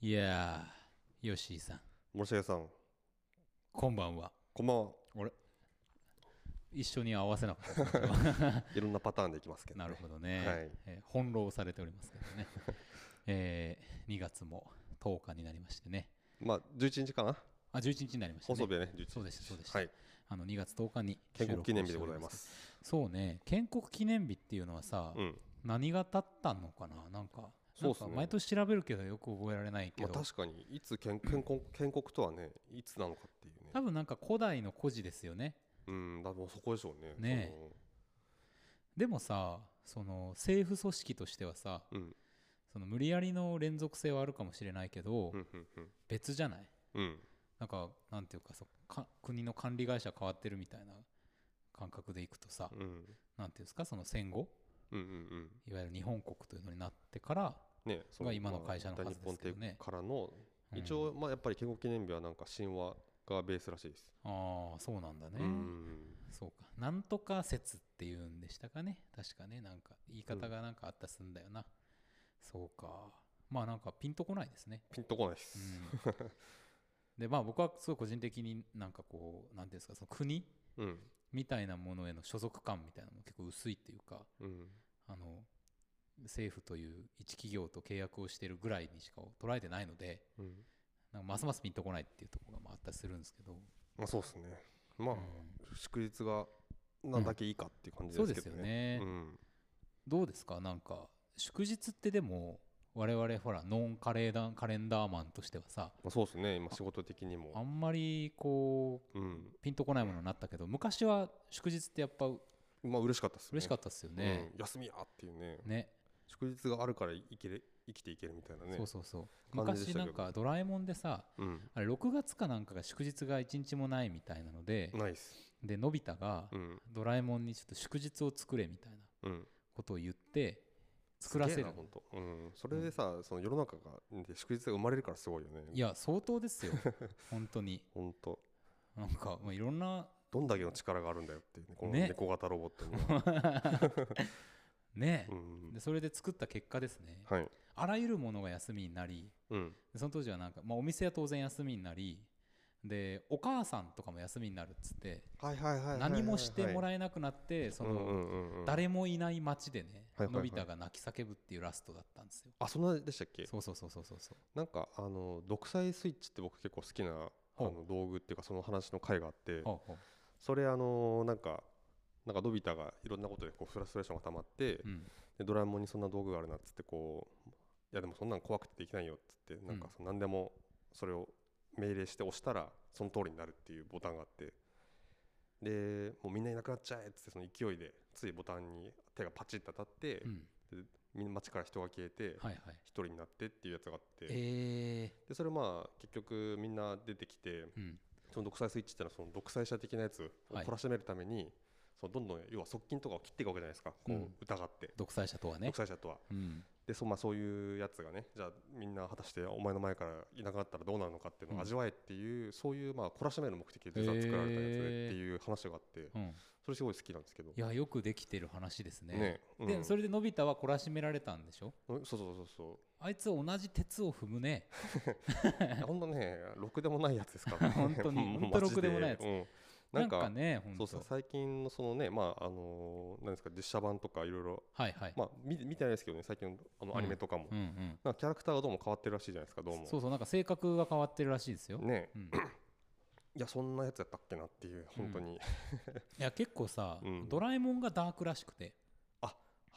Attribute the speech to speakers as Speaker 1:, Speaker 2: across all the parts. Speaker 1: いやー、ヨッシーさん、
Speaker 2: 森重さん、
Speaker 1: こんばんは。
Speaker 2: こんばんは。
Speaker 1: 俺、一緒に合わせなかった。
Speaker 2: いろんなパターンでいきますけど、ね。
Speaker 1: なるほどね。
Speaker 2: はい
Speaker 1: えー翻弄されておりますけどね。 えー、2月も10日になりましてね。
Speaker 2: まあ、11日かな
Speaker 1: あ、11日になりました、ね。
Speaker 2: 放送日はね、11日。
Speaker 1: そうでした、そうでした。
Speaker 2: はい。
Speaker 1: あの2月10日に
Speaker 2: 建国記念日でござい
Speaker 1: 収録をしており
Speaker 2: ま
Speaker 1: けど。
Speaker 2: す。
Speaker 1: そうね、建国記念日っていうのはさ、
Speaker 2: うん。
Speaker 1: 何が経ったのかななんか、
Speaker 2: そうっす
Speaker 1: な
Speaker 2: ね
Speaker 1: んか毎年調べるけどよく覚えられないけ
Speaker 2: まあ、
Speaker 1: ど、
Speaker 2: 確かに、いつ建 建国建国とはね、いつなのかっていうね。
Speaker 1: 多分なんか古代の故事ですよね。
Speaker 2: うん、だもうそこでしょうね。
Speaker 1: ねでもさその政府組織としてはさ
Speaker 2: そのうん。
Speaker 1: その無理やりの連続性はあるかもしれないけど、
Speaker 2: うん、うん、うん。
Speaker 1: 別じゃない
Speaker 2: うん。
Speaker 1: なんかなんていうかそうか国の管理会社変わってるみたいな感覚でいくとさ、
Speaker 2: うん。
Speaker 1: なんていうんですかその戦後
Speaker 2: うん、うん、うん。
Speaker 1: いわゆる日本国というのになってから
Speaker 2: ね、その
Speaker 1: 今の会社のはずですけどね
Speaker 2: まあ日本帝国からの、
Speaker 1: うん
Speaker 2: 一応、まあ、やっぱり建国記念日はなんか神話がベースらしいです。
Speaker 1: ああそうなんだね、
Speaker 2: うん。
Speaker 1: そうかなんとか説っていうんでしたかね確かねなんか言い方がなんかあったりすんだよな、そうかまあなんかピンとこないですね
Speaker 2: ピンとこないです。
Speaker 1: うん でまあ僕はすごい個人的になんかこうなんていうんですかその国
Speaker 2: うん。
Speaker 1: みたいなものへの所属感みたいなのも結構薄いっていうか
Speaker 2: うん。
Speaker 1: あの政府という一企業と契約をしているぐらいにしか捉えてないので
Speaker 2: うん。
Speaker 1: なんかますますピンとこないっていうところがまああったりするんですけど、
Speaker 2: まあ、そうですね。まあ、
Speaker 1: うん
Speaker 2: 祝日がなんだけいいかっていう感じ
Speaker 1: そう
Speaker 2: です
Speaker 1: で
Speaker 2: け
Speaker 1: す
Speaker 2: ど
Speaker 1: よ
Speaker 2: ね。
Speaker 1: ね、
Speaker 2: うん
Speaker 1: どうですかなんか祝日ってでも我々ほらノンカレーダンカレンダーマンとしてはさ
Speaker 2: まあ、そうですね、今仕事的に
Speaker 1: あ
Speaker 2: も。
Speaker 1: んまりこう
Speaker 2: うん。
Speaker 1: ピンとこないものになったけど昔は祝日ってやっぱ
Speaker 2: まあ、嬉しかったですね。
Speaker 1: 嬉しか
Speaker 2: っ
Speaker 1: ったっすよね。
Speaker 2: 休みやっていうね。
Speaker 1: ね
Speaker 2: 祝日があるから生きれ生きていけるみたいなね。
Speaker 1: そうそうそう
Speaker 2: 感じ
Speaker 1: 昔
Speaker 2: でした
Speaker 1: な
Speaker 2: けど
Speaker 1: んか「ドラえもん」でさ
Speaker 2: うん。
Speaker 1: あれ6月かなんかが祝日が1日もないみたいなので
Speaker 2: ナイス。
Speaker 1: でのび太が
Speaker 2: うん。
Speaker 1: 「ドラえもんにちょっと祝日を作れ」みたいな
Speaker 2: うん。
Speaker 1: ことを言って作らせ
Speaker 2: すげえ
Speaker 1: る
Speaker 2: な本当。うん。それでさ、その世の中が、で祝日が生まれるからすごいよね。
Speaker 1: い。や相当ですよ 本当に
Speaker 2: 本当。
Speaker 1: なんかまあいろん な
Speaker 2: どんだけの力があるんだよっていうね、この
Speaker 1: ね
Speaker 2: 猫型ロボット には。
Speaker 1: ね
Speaker 2: うん
Speaker 1: で。それで作った結果ですね
Speaker 2: はい。
Speaker 1: あらゆるものが休みになり
Speaker 2: うん。
Speaker 1: でその当時はなんか、まあ、お店は当然休みになりでお母さんとかも休みになるっつって
Speaker 2: はいはいはいはいはいはい。
Speaker 1: 何もしても
Speaker 2: え
Speaker 1: らえなくなってそ
Speaker 2: うんう
Speaker 1: の
Speaker 2: んうんうん。
Speaker 1: 誰もいない街でね
Speaker 2: はいはいはい
Speaker 1: のび太が泣き叫ぶっていうラストだったんですよ。
Speaker 2: あ、そんなでしたっけ
Speaker 1: そうそうそうそうそうそう
Speaker 2: なんかあの「独裁スイッチ」って僕結構好きなあ
Speaker 1: ほう
Speaker 2: の道具っていうかその話の回があって
Speaker 1: ほうほ
Speaker 2: それあのなんかなんかのび太がいろんなことでこうフラストレーションが溜まって
Speaker 1: う、うん、
Speaker 2: でドラえもんにそんな道具があるなっつってこういやでもそんなん怖くてできないよっつってなん
Speaker 1: う
Speaker 2: か
Speaker 1: ん
Speaker 2: その何でもそれを命令して押したらその通りになるっていうボタンがあってでもうみんないなくなっちゃえっつってその勢いでついボタンに手がパチッと当たって
Speaker 1: うん、
Speaker 2: みんな街から人が消えて
Speaker 1: はいはい
Speaker 2: 一人になってっていうやつがあって。
Speaker 1: え
Speaker 2: でそれまあ結局みんな出てきて
Speaker 1: ー、うん
Speaker 2: その独裁スイッチってのはその独裁者的なやつを
Speaker 1: はい
Speaker 2: 懲らしめるために、そのどんどん要は側近とかを切っていくわけじゃないですかこ
Speaker 1: うん
Speaker 2: う疑って、
Speaker 1: 独裁者とはね
Speaker 2: 独裁者とは
Speaker 1: うん
Speaker 2: でそうまあ、そういうやつがねじゃあみんな果たしてお前の前からいなくなったらどうなるのかっていうのを味わえっていう、そういうまあ懲らしめる目的で実は作られたやつで
Speaker 1: へー
Speaker 2: っていう話があって
Speaker 1: うん、
Speaker 2: それすごい好きなんですけど
Speaker 1: いやよくできてる話ですね
Speaker 2: ねうん
Speaker 1: でそれでのび太は懲らしめられたんでしょ
Speaker 2: うんそうそうそうそ
Speaker 1: あいつ同じ鉄を踏むね
Speaker 2: ういやほんとねろくでもないやつですからね
Speaker 1: 本当に
Speaker 2: もう
Speaker 1: ほんとろくでもないやつ
Speaker 2: マジうん
Speaker 1: な
Speaker 2: なんん
Speaker 1: か
Speaker 2: か
Speaker 1: ねほん
Speaker 2: そ
Speaker 1: と
Speaker 2: うそう最近のそのねまああの何ですか実写版とかいろいろ
Speaker 1: はいはい、
Speaker 2: まあ見見てないですけどね最近の
Speaker 1: う
Speaker 2: あ
Speaker 1: ん
Speaker 2: のアニメとかも、
Speaker 1: うんうん
Speaker 2: なんかキャラクターがどうも変わってるらしいじゃないですかどうも
Speaker 1: そうそうなんか性格が変わってるらしいですよ、
Speaker 2: ね
Speaker 1: うん、
Speaker 2: いやそんなやつやったっけなっていう本当に、
Speaker 1: いや結構さ、
Speaker 2: うん
Speaker 1: ドラえもんがダークらしくて
Speaker 2: は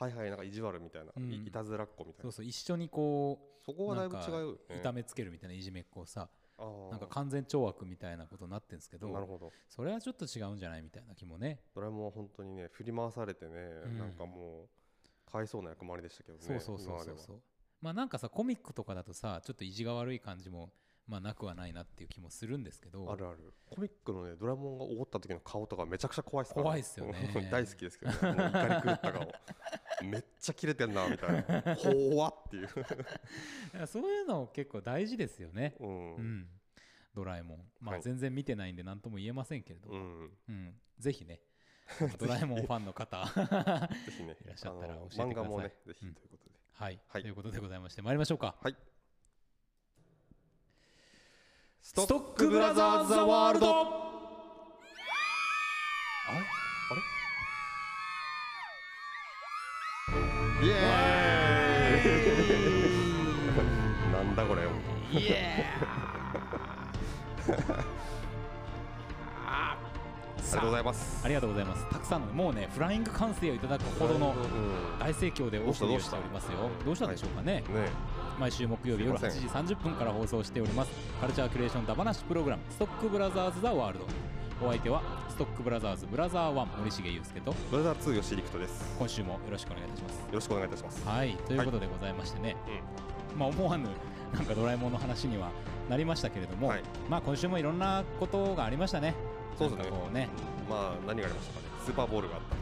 Speaker 2: いはいなんか意地悪みたいな、
Speaker 1: うん
Speaker 2: いいたずらっ子みたい
Speaker 1: そ
Speaker 2: な
Speaker 1: うそう一緒にこう
Speaker 2: そこはだいぶ違うよね
Speaker 1: 痛めつけるみたいないじめっ子をさ
Speaker 2: あー
Speaker 1: なんか完全懲悪みたいなことになってんですけど
Speaker 2: なるほど
Speaker 1: それはちょっと違うんじゃないみたいな気もね
Speaker 2: ドラえもんは本当にね振り回されてね、
Speaker 1: うん
Speaker 2: なんかもうかわいそうな役回りでしたけどね
Speaker 1: そうそうそう
Speaker 2: 今まで
Speaker 1: そう
Speaker 2: は
Speaker 1: そうまあなんかさコミックとかだとさちょっと意地が悪い感じもまあなくはないなっていう気もするんですけど
Speaker 2: あるあるコミックのねドラえもんが怒った時の顔とかめちゃくちゃ怖いっすから
Speaker 1: 怖いっすよね
Speaker 2: 大好きですけど、ね、もう怒り狂った 顔めっちゃキレてんなみたいな怖っっていう、
Speaker 1: いやそういうの結構大事ですよね
Speaker 2: うん
Speaker 1: うん、ドラえもんま
Speaker 2: は
Speaker 1: あ
Speaker 2: い
Speaker 1: 全然見てないんで何とも言えませんけれど、
Speaker 2: う
Speaker 1: うん
Speaker 2: ん、
Speaker 1: ぜひ ねドラえもんファンの 方
Speaker 2: ぜひね
Speaker 1: いらっしゃったら
Speaker 2: あの
Speaker 1: 教えてください
Speaker 2: 漫画もねぜひ
Speaker 1: うん
Speaker 2: ということで、
Speaker 1: はい、
Speaker 2: はい
Speaker 1: ということでございまして参りましょうか
Speaker 2: はいス
Speaker 1: ストックブラザーズ・ザ・ワールド
Speaker 2: あれあれイエ ーイなんだこれ
Speaker 1: イエー
Speaker 2: ありがとうござ
Speaker 1: ま
Speaker 2: います
Speaker 1: ありがとうございますたくさんのもうねフライング歓声をいただくほどの
Speaker 2: うん
Speaker 1: 大盛況でお送
Speaker 2: ど
Speaker 1: り
Speaker 2: う
Speaker 1: を
Speaker 2: し
Speaker 1: したて
Speaker 2: ど
Speaker 1: お
Speaker 2: う
Speaker 1: り
Speaker 2: した
Speaker 1: ますよどうしたんでしょうかね、
Speaker 2: ね
Speaker 1: 毎週木曜日夜
Speaker 2: すいません
Speaker 1: 8時30分から放送しておりますカルチャーキュレーションダバなしプログラムストックブラザーズ・ザ・ワールドお相手はストックブラザーズ・ブラザー1森重裕介と
Speaker 2: ブラザー2吉陸斗ですよ
Speaker 1: 今週もよろしくお願いいたします
Speaker 2: ろしくお願いいたします
Speaker 1: はいということでございましてね、まあ思わぬなんかドラえもんの話にはなりましたけれども、
Speaker 2: はい
Speaker 1: まあ今週もいろんなことがありましたね
Speaker 2: そうですね
Speaker 1: なんかこうね
Speaker 2: まあ何がありましたかねスーパーボールがあったとか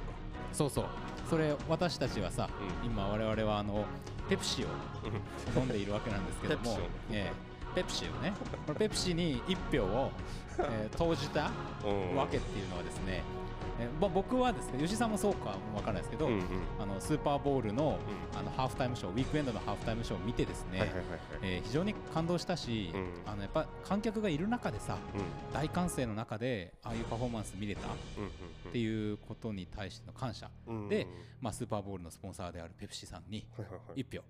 Speaker 1: そうそうそれ私たちはさ、
Speaker 2: うん
Speaker 1: 今我々はあのペプシを飲んでいるわけなんですけども
Speaker 2: ペプシを
Speaker 1: ええペプシをねこれペプシに1票を、えー投じた
Speaker 2: うん
Speaker 1: わけっていうのはですね、えーまあ、僕はですね吉井さんもそうかもわからないですけど、
Speaker 2: うんうん
Speaker 1: あのスーパーボールの,、あのハーフタイムショーウィークエンドのハーフタイムショーを見てですね、
Speaker 2: はいはいはいはい
Speaker 1: えー非常に感動したし、
Speaker 2: うん
Speaker 1: あのやっぱ観客がいる中でさ
Speaker 2: うん
Speaker 1: 大歓声の中でああいうパフォーマンス見れたっ
Speaker 2: うんうん
Speaker 1: ていうことに対しての感謝、
Speaker 2: うんうん
Speaker 1: でまあ、スーパーボールのスポンサーであるペプシさんに
Speaker 2: はいはい
Speaker 1: 1票
Speaker 2: は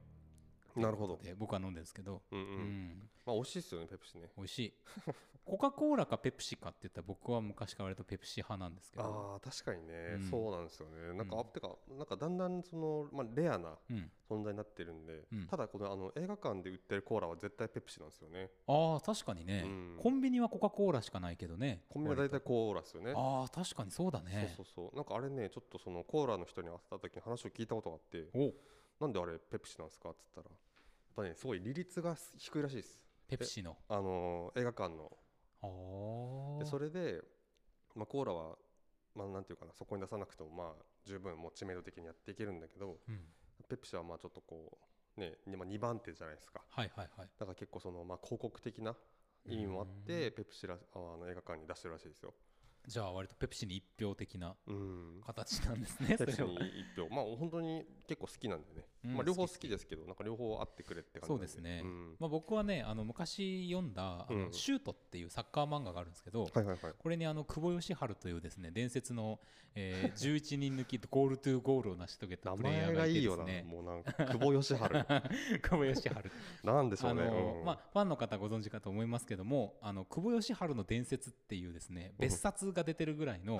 Speaker 2: いなるほど
Speaker 1: で僕は飲んでるんですけど、
Speaker 2: うんう
Speaker 1: うん
Speaker 2: んまあ美味しいですよねペプシね
Speaker 1: 美味しい コカ・コーラかペプシかって言ったら僕は昔から割とペプシ派なんですけど、
Speaker 2: ああ確かにね
Speaker 1: うん
Speaker 2: そうなんですよねなんか
Speaker 1: う
Speaker 2: あ
Speaker 1: ん
Speaker 2: てかなんかだんだんそのまあレアな
Speaker 1: うん、
Speaker 2: 存在になってるんで
Speaker 1: うん
Speaker 2: ただこのあの映画館で売ってるコーラは絶対ペプシなんですよね
Speaker 1: ああ確かにね、
Speaker 2: うん
Speaker 1: コンビニはコカ・コーラしかないけどね
Speaker 2: コンビニは大体コーラですよね
Speaker 1: ああ確かにそうだね
Speaker 2: そうそうそうなんかあれねちょっとそのコーラの人に会った時に話を聞いたことがあって
Speaker 1: お
Speaker 2: なんであれペプシなんですかって言ったらやっぱねすごい利率が低いらしいです
Speaker 1: ペプシの
Speaker 2: あのー映画館の
Speaker 1: あー
Speaker 2: でそれで、まあ、コーラは、まあ、なんていうかなそこに出さなくてもまあ十分もう知名度的にやっていけるんだけど
Speaker 1: うん、
Speaker 2: ペプシはまあちょっとこうねにまあ2番手じゃないですか
Speaker 1: はいはいはい
Speaker 2: だから結構そのまあ広告的な意味もあってペプシらあの映画館に出してるらしいですよ
Speaker 1: じゃあ割とペプシに一票的な
Speaker 2: うん
Speaker 1: 形なんです ね。
Speaker 2: ペプ
Speaker 1: そ
Speaker 2: シ
Speaker 1: れは
Speaker 2: に一票まあ本当に結構好きなんでね、
Speaker 1: うん
Speaker 2: まあ、両方
Speaker 1: 好
Speaker 2: 好
Speaker 1: き
Speaker 2: きですけどなんか両方あってくれって感じ
Speaker 1: そ
Speaker 2: な
Speaker 1: う
Speaker 2: ん
Speaker 1: ですね
Speaker 2: うん
Speaker 1: まあ僕はねあの昔読んだ「あの
Speaker 2: うん
Speaker 1: シュート」っていうサッカー漫画があるんですけど、
Speaker 2: はいはいはい
Speaker 1: これにあの久保義治というですね伝説の、えー11人抜きゴールトゥーゴールを成し遂げた
Speaker 2: 名
Speaker 1: プレイヤー
Speaker 2: 前
Speaker 1: が
Speaker 2: が
Speaker 1: い
Speaker 2: い
Speaker 1: て
Speaker 2: い
Speaker 1: で
Speaker 2: よ
Speaker 1: す
Speaker 2: な、
Speaker 1: ね
Speaker 2: もうなんか久保義晴
Speaker 1: 久保義治
Speaker 2: なんでしょ
Speaker 1: あ
Speaker 2: うね、
Speaker 1: の、
Speaker 2: うん
Speaker 1: まあ、ファンの方ご存知かと思いますけどもあの久保義治の伝説っていうですね別冊が出てるぐらい の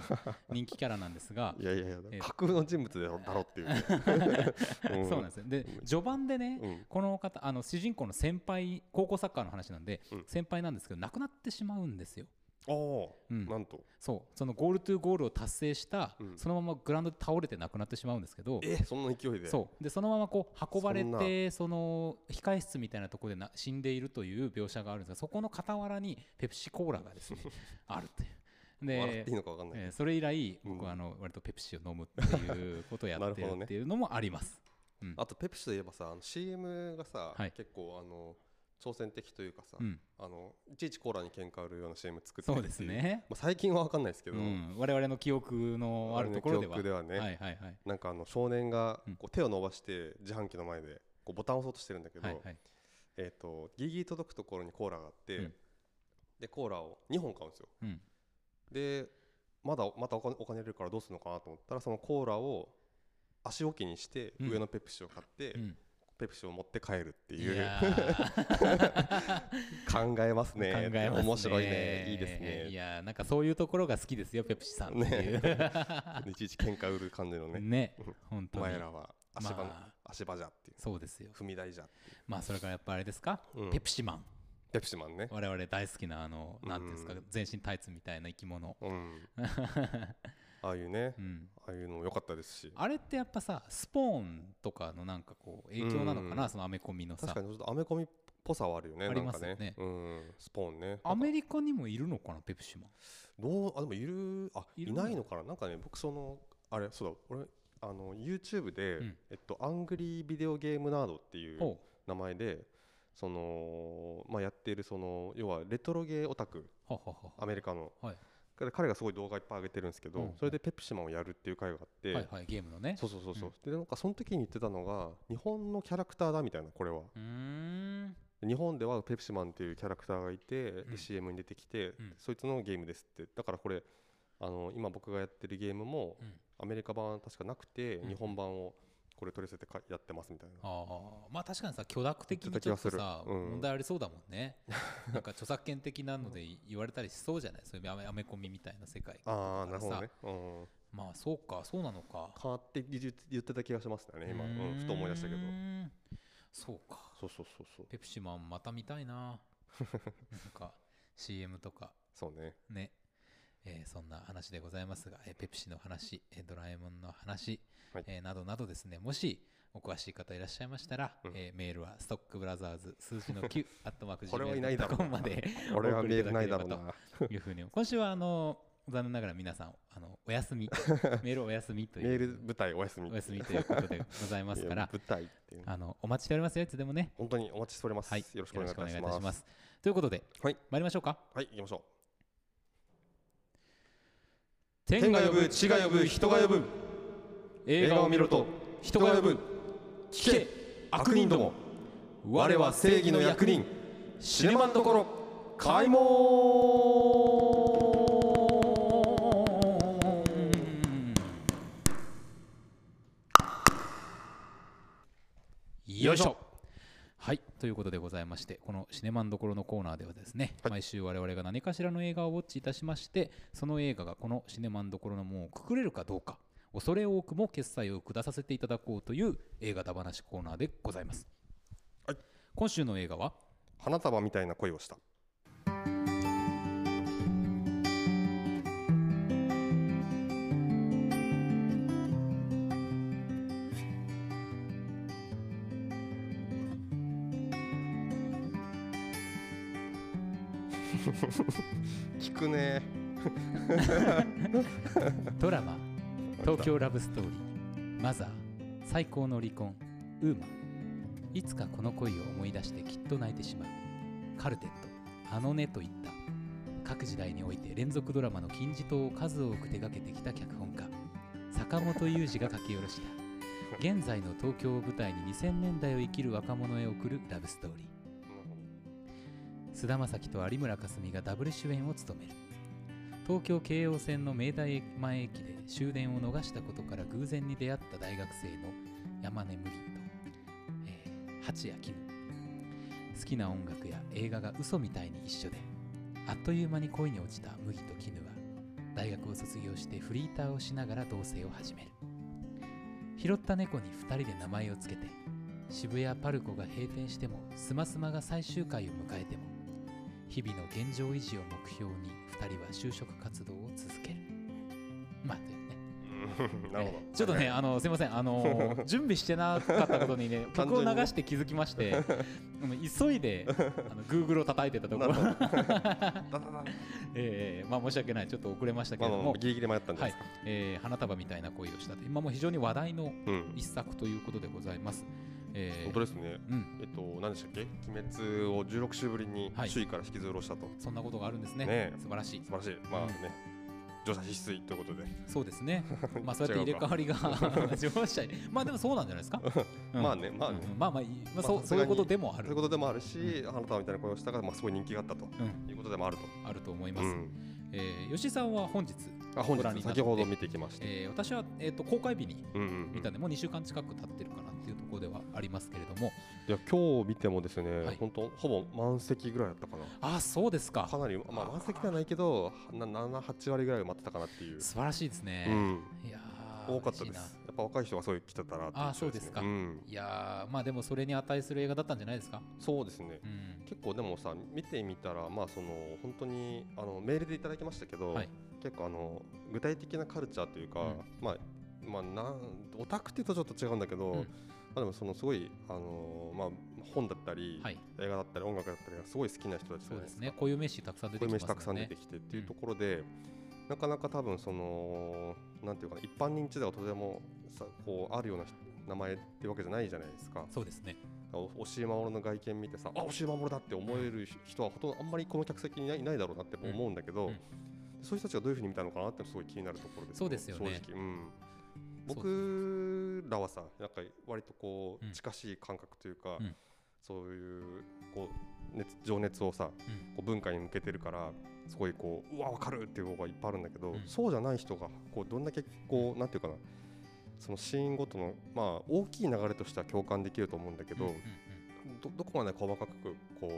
Speaker 1: 人気キャラなんですが
Speaker 2: いやいやいや
Speaker 1: えー
Speaker 2: 架空の人物だろだろっ ていうね、うん
Speaker 1: そうなんですよで序盤でね、
Speaker 2: うん
Speaker 1: この方あの主人公の先輩高校サッカーの話なんで、
Speaker 2: うん
Speaker 1: 先輩なんですけど亡くなってしまうんですよ。
Speaker 2: ああ、
Speaker 1: うん
Speaker 2: なんと
Speaker 1: そうそのゴールトゥーゴールを達成した、
Speaker 2: うん
Speaker 1: そのままグラウンドで倒れて亡くなってしまうんですけど
Speaker 2: えそんな勢いで
Speaker 1: そうでそのままこう運ばれ
Speaker 2: そんな
Speaker 1: てその控室みたいなところでな死んでいるという描写があるんですがそこの傍らにペプシコーラがです ねあるという。
Speaker 2: 笑っ
Speaker 1: で
Speaker 2: ていいのかわかんない、
Speaker 1: えーそれ以来
Speaker 2: うん
Speaker 1: 僕はあの割とペプシを飲むっていうことをやって
Speaker 2: なる
Speaker 1: る
Speaker 2: ほどね
Speaker 1: っていうのもあります。うん
Speaker 2: あとペプシといえばさあの CM がさ、
Speaker 1: はい
Speaker 2: 結構あの挑戦的というかさ、
Speaker 1: うん、
Speaker 2: あのいちいちコーラに喧嘩売るような CM 作って
Speaker 1: そ
Speaker 2: るって
Speaker 1: う
Speaker 2: い
Speaker 1: ですね。
Speaker 2: まあ、最近はわかんないですけど、
Speaker 1: うん、我々の記憶のあるところでは
Speaker 2: 我々の記憶ではね
Speaker 1: はいはいはい
Speaker 2: なんかあの少年が
Speaker 1: うん
Speaker 2: こう手を伸ばして自販機の前でこうボタンを押そうとしてるんだけど、
Speaker 1: はいはい
Speaker 2: えー、とギリギリ届くところにコーラがあって、
Speaker 1: うん
Speaker 2: でコーラを2本買うんですよ
Speaker 1: うん
Speaker 2: でまだまたお金お金入れるからどうするのかなと思ったらそのコーラを足置きにして
Speaker 1: うん
Speaker 2: 上のペプシを買って、
Speaker 1: うん
Speaker 2: ペプシを持って帰るって
Speaker 1: い
Speaker 2: いう
Speaker 1: やー
Speaker 2: 考えます
Speaker 1: 考
Speaker 2: ね
Speaker 1: えますね
Speaker 2: 面白いねいいです
Speaker 1: い
Speaker 2: ね
Speaker 1: やーなんかそういうところが好きですよペプシさんっていう
Speaker 2: いちいち喧嘩売る感じの ね
Speaker 1: ね本
Speaker 2: お
Speaker 1: 当に
Speaker 2: 前らは足場,、
Speaker 1: ま
Speaker 2: 足場じゃっていう
Speaker 1: そうですよ
Speaker 2: 踏み台じゃってい
Speaker 1: まあそれからやっぱあれですか、
Speaker 2: う、うん
Speaker 1: ペプシマン
Speaker 2: ペプシマンね、
Speaker 1: 我々大好きなあのなんていうんですか、
Speaker 2: うん
Speaker 1: 全身タイツみたいな生き物
Speaker 2: うん、
Speaker 1: う
Speaker 2: ああいうね、
Speaker 1: ん
Speaker 2: ああいうのも良かったですし
Speaker 1: あれってやっぱさスポーンとかのなんかこう影響なのかな、
Speaker 2: うん
Speaker 1: そのアメコミのさ
Speaker 2: 確かにちょっとアメコミっぽさはあるよね
Speaker 1: ありますよ
Speaker 2: なんかね
Speaker 1: ね
Speaker 2: うん、スポーンね
Speaker 1: アメリカにもいるのかなペプシマン
Speaker 2: どうあでもいるあい
Speaker 1: いるの
Speaker 2: ないのかななんかね僕そのあれそうだ俺あの YouTube で、
Speaker 1: うん
Speaker 2: えっと、アングリービデオゲームナードっていう
Speaker 1: ほう
Speaker 2: 名前でその、まあ、やっているその要はレトロゲーオタク
Speaker 1: ははは
Speaker 2: アメリカの、
Speaker 1: はい
Speaker 2: 彼彼がすごい動画いっぱい上げてるんですけど、
Speaker 1: うん
Speaker 2: それでペプシマンをやるっていう会があって、
Speaker 1: はいはいゲームのね
Speaker 2: そうそうそうそう
Speaker 1: う
Speaker 2: でなんかその時に言ってたのが日本のキャラクターだみたいなこれは
Speaker 1: うーん
Speaker 2: 日本ではペプシマンっていうキャラクターがいて、で
Speaker 1: うん
Speaker 2: CM に出てきて、
Speaker 1: うん
Speaker 2: そいつのゲームですってだからこれあの今僕がやってるゲームも
Speaker 1: うん
Speaker 2: アメリカ版は確かなくて、
Speaker 1: うん
Speaker 2: 日本版をこれ取り寄せてかやってますみたいな
Speaker 1: ああまあ確かにさ許諾的
Speaker 2: 言っ
Speaker 1: に
Speaker 2: てた
Speaker 1: ち
Speaker 2: 気
Speaker 1: ょ
Speaker 2: が
Speaker 1: っと
Speaker 2: する
Speaker 1: さ、
Speaker 2: うん
Speaker 1: 問題ありそうだもんねなんか著作権的なので言われたりしそうじゃないそういうアメアメコミみたいな世界
Speaker 2: ああな
Speaker 1: だ
Speaker 2: る
Speaker 1: か
Speaker 2: ほ
Speaker 1: ら
Speaker 2: ど
Speaker 1: さ
Speaker 2: ね、うん、
Speaker 1: まあそうかそうなのか
Speaker 2: 変わって言ってた気がしますね今、うん、ふと思い出したけど
Speaker 1: うーんそうか
Speaker 2: そうそうそうそう
Speaker 1: ペプシマンまた見 たいななんか CM とか
Speaker 2: そうね
Speaker 1: ね、えーそんな話でございますが、えーペプシの話、えードラえもんの話、
Speaker 2: はい
Speaker 1: えーなどなどですねもしお詳しい方いらっしゃいましたら、
Speaker 2: うん
Speaker 1: えーメールはストックブラザーズ数字の9 アットマーク
Speaker 2: これはいないだろう
Speaker 1: Gmail.com まで
Speaker 2: 俺
Speaker 1: お
Speaker 2: は
Speaker 1: 送
Speaker 2: メ
Speaker 1: りい
Speaker 2: ー
Speaker 1: ただけ
Speaker 2: ルな
Speaker 1: れ
Speaker 2: いだ
Speaker 1: ば
Speaker 2: ろうな
Speaker 1: というふうに今週はあの残念ながら皆さんあのお休 みメールお休みという
Speaker 2: メール舞台お休み
Speaker 1: お休みということでございますか
Speaker 2: いや
Speaker 1: ら
Speaker 2: 舞台っていう
Speaker 1: あのお待ちしておりますよいつでもね
Speaker 2: 本当にお待ちしております、
Speaker 1: はい
Speaker 2: よろしくお願いいたし
Speaker 1: よろしくお願
Speaker 2: ます
Speaker 1: いいたしますということで、
Speaker 2: はい
Speaker 1: 参りましょうか
Speaker 2: はい行きましょう
Speaker 1: 天が呼ぶ地が呼ぶ人が呼ぶ映
Speaker 2: 映
Speaker 1: 画
Speaker 2: 画
Speaker 1: を
Speaker 2: を
Speaker 1: 見
Speaker 2: 見
Speaker 1: ろ
Speaker 2: ろ
Speaker 1: と
Speaker 2: と
Speaker 1: 人
Speaker 2: 人
Speaker 1: が
Speaker 2: が
Speaker 1: 呼
Speaker 2: 呼
Speaker 1: ぶ
Speaker 2: ぶ
Speaker 1: 聞け悪
Speaker 2: 悪
Speaker 1: 人
Speaker 2: 人
Speaker 1: ど
Speaker 2: ど
Speaker 1: も
Speaker 2: も
Speaker 1: 我
Speaker 2: 我
Speaker 1: は
Speaker 2: は
Speaker 1: 正
Speaker 2: 正
Speaker 1: 義
Speaker 2: 義
Speaker 1: の
Speaker 2: の
Speaker 1: 役
Speaker 2: 役
Speaker 1: 人
Speaker 2: 人
Speaker 1: 死
Speaker 2: シ
Speaker 1: ね
Speaker 2: ネ
Speaker 1: ま
Speaker 2: マ
Speaker 1: ん
Speaker 2: ン
Speaker 1: ど
Speaker 2: ど
Speaker 1: こ
Speaker 2: こ
Speaker 1: ろ
Speaker 2: ろ開門
Speaker 1: よいしょはいということでございましてこの「シネマンどころ」のコーナーではですね、毎週我々が何かしらの映画をウォッチいたしましてその映画がこの「シネマンどころ」の門をくくれるかどうか恐れ多くも決済を下させていただこうという映画だ話コーナーでございます、
Speaker 2: はい
Speaker 1: 今週の映画は
Speaker 2: 花束みたいな恋 をした聞 くね
Speaker 1: ドラマ「東京ラブストーリー」「マザー」「最高の離婚」「ウーマ」「いつかこの恋を思い出してきっと泣いてしまう」「カルテット」「あのね」といった各時代において連続ドラマの金字塔を数多く手掛けてきた脚本家坂本雄二が書き下ろした現在の東京を舞台に2000年代を生きる若者へ送るラブストーリー菅田将暉と有村架純がダブル主演を務める東京京王線の明大前駅で終電を逃したことから偶然に出会った大学生の山根麦と、えー蜂谷キム好きな音楽や映画が嘘みたいに一緒であっという間に恋に落ちた麦と絹は大学を卒業してフリーターをしながら同棲を始める拾った猫に2人で名前をつけて渋谷パルコが閉店してもスマスマが最終回を迎えても日々の現状維持を目標に2人は就職活動を続けるまあというね
Speaker 2: うんなるほど
Speaker 1: えーちょっとね、あのすみません、あ の準備してなかったことにね、
Speaker 2: 単
Speaker 1: 曲を
Speaker 2: 純
Speaker 1: 流
Speaker 2: に
Speaker 1: して気づきまして、あの急いであの Google を叩いてたところ
Speaker 2: な、だだだ
Speaker 1: えーまあ申し訳ない、ちょっと遅れましたけ
Speaker 2: まあ
Speaker 1: れ
Speaker 2: ま
Speaker 1: ど
Speaker 2: あ
Speaker 1: も、
Speaker 2: ギリギリ迷ったんじゃ
Speaker 1: は
Speaker 2: ない
Speaker 1: い
Speaker 2: ですか、
Speaker 1: えー花束みたいな恋をしたと、今もう非常に話題の
Speaker 2: うん
Speaker 1: 一作ということでございます。えー
Speaker 2: 本当ですね
Speaker 1: うん、
Speaker 2: えっと何でしたっけ鬼滅を16週ぶりに
Speaker 1: はい
Speaker 2: 首位から引きずろしたと
Speaker 1: そんなことがあるんですね。
Speaker 2: ねえ
Speaker 1: 素晴らしい
Speaker 2: 素。晴らしいまあね乗車必須ということで
Speaker 1: そうですね。 まあそうや って入れ替わりが 乗車にまあでもそうなんじゃないですか。うん
Speaker 2: まあねまあね
Speaker 1: うんまあまあいい、まあ、
Speaker 2: まあ
Speaker 1: そう
Speaker 2: さす
Speaker 1: そ
Speaker 2: が
Speaker 1: う
Speaker 2: に
Speaker 1: いうことでもあ
Speaker 2: そう
Speaker 1: る
Speaker 2: いう。ことでもあるし花束みたいな声をしたからまあすごい人気があったと
Speaker 1: うん、
Speaker 2: いうことでもあると
Speaker 1: あると思いま
Speaker 2: う
Speaker 1: す。
Speaker 2: ん
Speaker 1: えー吉井さんは本日、
Speaker 2: あ本
Speaker 1: ご覧に
Speaker 2: 日
Speaker 1: なって
Speaker 2: 先ほど見てきました
Speaker 1: えー私は、えー、と公開日に
Speaker 2: うんうんう
Speaker 1: 見
Speaker 2: ん
Speaker 1: たんで、もう2週間近く経ってるかなっていうところではありますけれども、
Speaker 2: いや今日見てもです
Speaker 1: はい
Speaker 2: ね本当ほぼ満席ぐらいだったかな
Speaker 1: ああ、そうですか、
Speaker 2: かなりまあ満席ではないけどな78割ぐらい埋まってたかなっていう
Speaker 1: 素晴らしいですね
Speaker 2: う。ん
Speaker 1: いやー
Speaker 2: 多かった
Speaker 1: 嬉しい
Speaker 2: で
Speaker 1: な
Speaker 2: すやっぱ若い人がすごい来てたなってい
Speaker 1: あそうですか
Speaker 2: うん
Speaker 1: いやーまあでもそれに値する映画だったんじゃないですか。
Speaker 2: そうですね
Speaker 1: うん、
Speaker 2: 結構でもさ見てみたらまあその本当にあのメールでいただきましたけど、
Speaker 1: はい
Speaker 2: 結構あの具体的なカルチャーというか、
Speaker 1: うん
Speaker 2: まあまあなんオタクっていうとちょっと違うんだけど、
Speaker 1: うん
Speaker 2: まあでもそのすごいあのまあ本だったり、
Speaker 1: はい、
Speaker 2: 映画だったり音楽だったりがすごい好きな人たちじゃ
Speaker 1: そう
Speaker 2: ない
Speaker 1: で
Speaker 2: ですすか
Speaker 1: ね、こういう名詞たくさん出
Speaker 2: こ
Speaker 1: て
Speaker 2: うい
Speaker 1: きま
Speaker 2: う飯
Speaker 1: す
Speaker 2: たくさ
Speaker 1: もん
Speaker 2: ん出
Speaker 1: ね
Speaker 2: て。きてっていうところで、なかなか多分そのなんていうかな一般認知ではとてもさこうあるような人名前ってわけじゃないじゃないですか。
Speaker 1: そうですね。
Speaker 2: お押井守の外見見てさあ押井守だって思える人はほとんどあんまりこの客席にいないいないだろうなって思うんだけど、
Speaker 1: うんうん
Speaker 2: そういう人たちがどういうふうに見たのかなってすごい気になるところです
Speaker 1: そうですよね
Speaker 2: 正直、うん、
Speaker 1: そう
Speaker 2: 僕らはさなんか割とこ
Speaker 1: うん
Speaker 2: う近しい感覚というか、
Speaker 1: うん
Speaker 2: そういうこう熱情熱をさ、こう文化に向けてるからすごいこううわ分かるっていう方がいっぱいあるんだけど、
Speaker 1: うん
Speaker 2: そうじゃない人がこうどんだけこうなんていうかなそのシーンごとのまあ大きい流れとしては共感できると思うんだけど、
Speaker 1: うんうん
Speaker 2: どどこまで細かくこ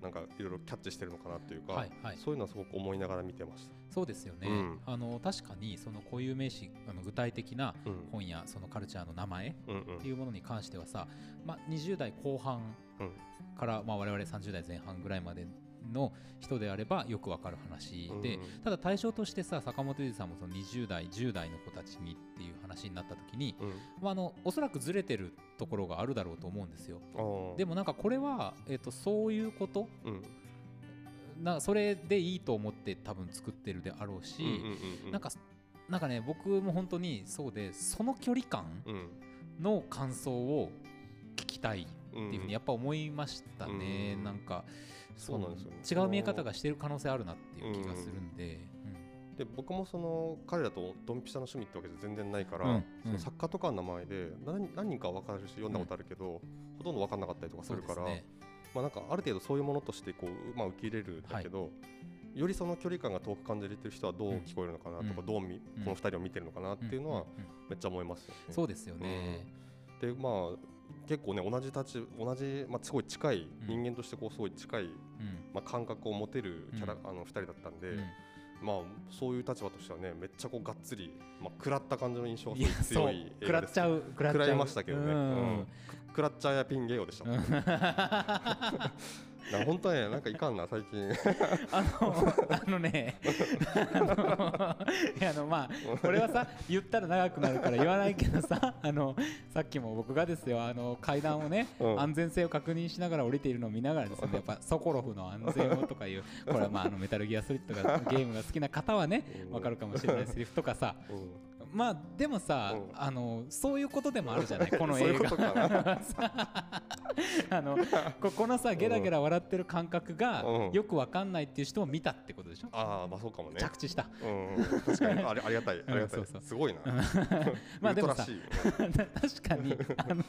Speaker 2: うなんかいろいろキャッチしてるのかなっていう
Speaker 1: う
Speaker 2: か、
Speaker 1: んはいはい
Speaker 2: そういうのはすごく思いながら見てまし
Speaker 1: そうですよね、
Speaker 2: うん
Speaker 1: あの確かにその固有名詞あの具体的な
Speaker 2: た。うん
Speaker 1: 本やそのカルチャーの名前
Speaker 2: うんう
Speaker 1: って
Speaker 2: ん
Speaker 1: いうものに関してはさ、まあ、20代後半
Speaker 2: うん
Speaker 1: から、まあ、我々30代前半ぐらいまでの人であればよくわかる話で、
Speaker 2: うんうん
Speaker 1: ただ対象としてさ坂本龍一さんもその20代10代の子たちにっていう話になった時に、
Speaker 2: うん
Speaker 1: まあ、あのおそらくずれてるところがあるだろうと思うんですよ。
Speaker 2: あー
Speaker 1: でもなんかこれは、えっとそういうこと
Speaker 2: うん
Speaker 1: なそれでいいと思って多分作ってるであろうし、
Speaker 2: うんうんうんうん
Speaker 1: なんかなんかね僕も本当にそうでその距離感
Speaker 2: うん
Speaker 1: の感想を聞きたい
Speaker 2: うん
Speaker 1: っていうふうにやっぱ思いましたね、
Speaker 2: うん
Speaker 1: なんか
Speaker 2: そうなんですよね
Speaker 1: そう違う見え方がしてる可能性あるなっていう気がするんで、
Speaker 2: で僕もその彼らとドンピシャの趣味ってわけじゃ全然ないから、
Speaker 1: うんうん
Speaker 2: その作家とかの名前で何何人かは分かるし読んだことあるけど、ほとんど分かんなかったりと
Speaker 1: う
Speaker 2: か
Speaker 1: ん
Speaker 2: す
Speaker 1: そう
Speaker 2: る
Speaker 1: で
Speaker 2: か
Speaker 1: す
Speaker 2: ら、
Speaker 1: ね
Speaker 2: まあ、なんかある程度そういうものとしてこう、まあ、受け入れるんだけど、よりその距離感が遠く感じれてる人はどう聞こえるのかなとか、
Speaker 1: うん
Speaker 2: どうみ
Speaker 1: うん
Speaker 2: この2人を見てるのかなっていうのは
Speaker 1: んん
Speaker 2: めっちゃ思いますよね。
Speaker 1: うんそうですよね、
Speaker 2: でまあ結構ね同じ立ち同じ、まあ、すごい近い人間としてこうすごい近い、
Speaker 1: うん
Speaker 2: まあ、感覚を持てるキャラ、
Speaker 1: う
Speaker 2: あの2人だったんで、
Speaker 1: うん
Speaker 2: まあそういう立場としてはねめっちゃこうがっつり、まあ、食らった感じの印象が
Speaker 1: いや
Speaker 2: すご
Speaker 1: そ
Speaker 2: いう強い映
Speaker 1: 食ら
Speaker 2: 画
Speaker 1: っ
Speaker 2: です
Speaker 1: ちゃう食らっちゃう
Speaker 2: 食らいましたけどね、
Speaker 1: う
Speaker 2: うんん食らっちゃうやピン芸用でした、
Speaker 1: うん
Speaker 2: な本当ねなんかいかんな最 近
Speaker 1: あのあのねあのいやあのまあこれはさ言ったら長くなるから言わないけどさあのさっきも僕がですよあの階段をね、
Speaker 2: うん
Speaker 1: 安全性を確認しながら降りているのを見ながらですねやっぱソコロフの安全をとかいうこれはまああのメタルギアソリッドがゲームが好きな方はね
Speaker 2: うん
Speaker 1: わかるかもしれないセリフとかさ
Speaker 2: うん
Speaker 1: まあでもさ、
Speaker 2: うん
Speaker 1: あのそういうことでもあるじゃないこの
Speaker 2: そうい
Speaker 1: 映
Speaker 2: うこ
Speaker 1: 画
Speaker 2: とかな
Speaker 1: あのここのさゲラゲラ笑ってる感覚が
Speaker 2: うん
Speaker 1: よくわかんないっていう人を見たってことでしょ、
Speaker 2: ああまあそうかもね
Speaker 1: 着地した
Speaker 2: うんうん、確かにあれありがたいありがたい、
Speaker 1: うんそうそう
Speaker 2: すごいな、
Speaker 1: まあ
Speaker 2: ウル
Speaker 1: で
Speaker 2: ト
Speaker 1: も
Speaker 2: ラ
Speaker 1: さ
Speaker 2: しい、
Speaker 1: 確かにあの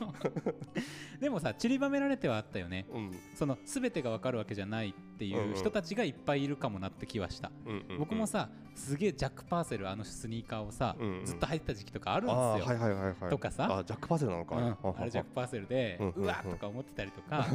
Speaker 1: でもさ散りばめられてはあったよね
Speaker 2: うん
Speaker 1: その全てが分かるわけじゃないって
Speaker 2: うん
Speaker 1: いううん人たちがいっぱいいるかもなって気はした、
Speaker 2: うんうんうん、
Speaker 1: 僕もさすげえジャック・パーセルあのスニーカーをさ、
Speaker 2: うんうん
Speaker 1: ずっと履いてた時期とかあるんですよ、
Speaker 2: あーはいはいはいはい
Speaker 1: とかさ
Speaker 2: あジャックパセルなのか、
Speaker 1: うんあれジャック・パーセルで、
Speaker 2: うんうんうん
Speaker 1: うわっとか思ってたりと か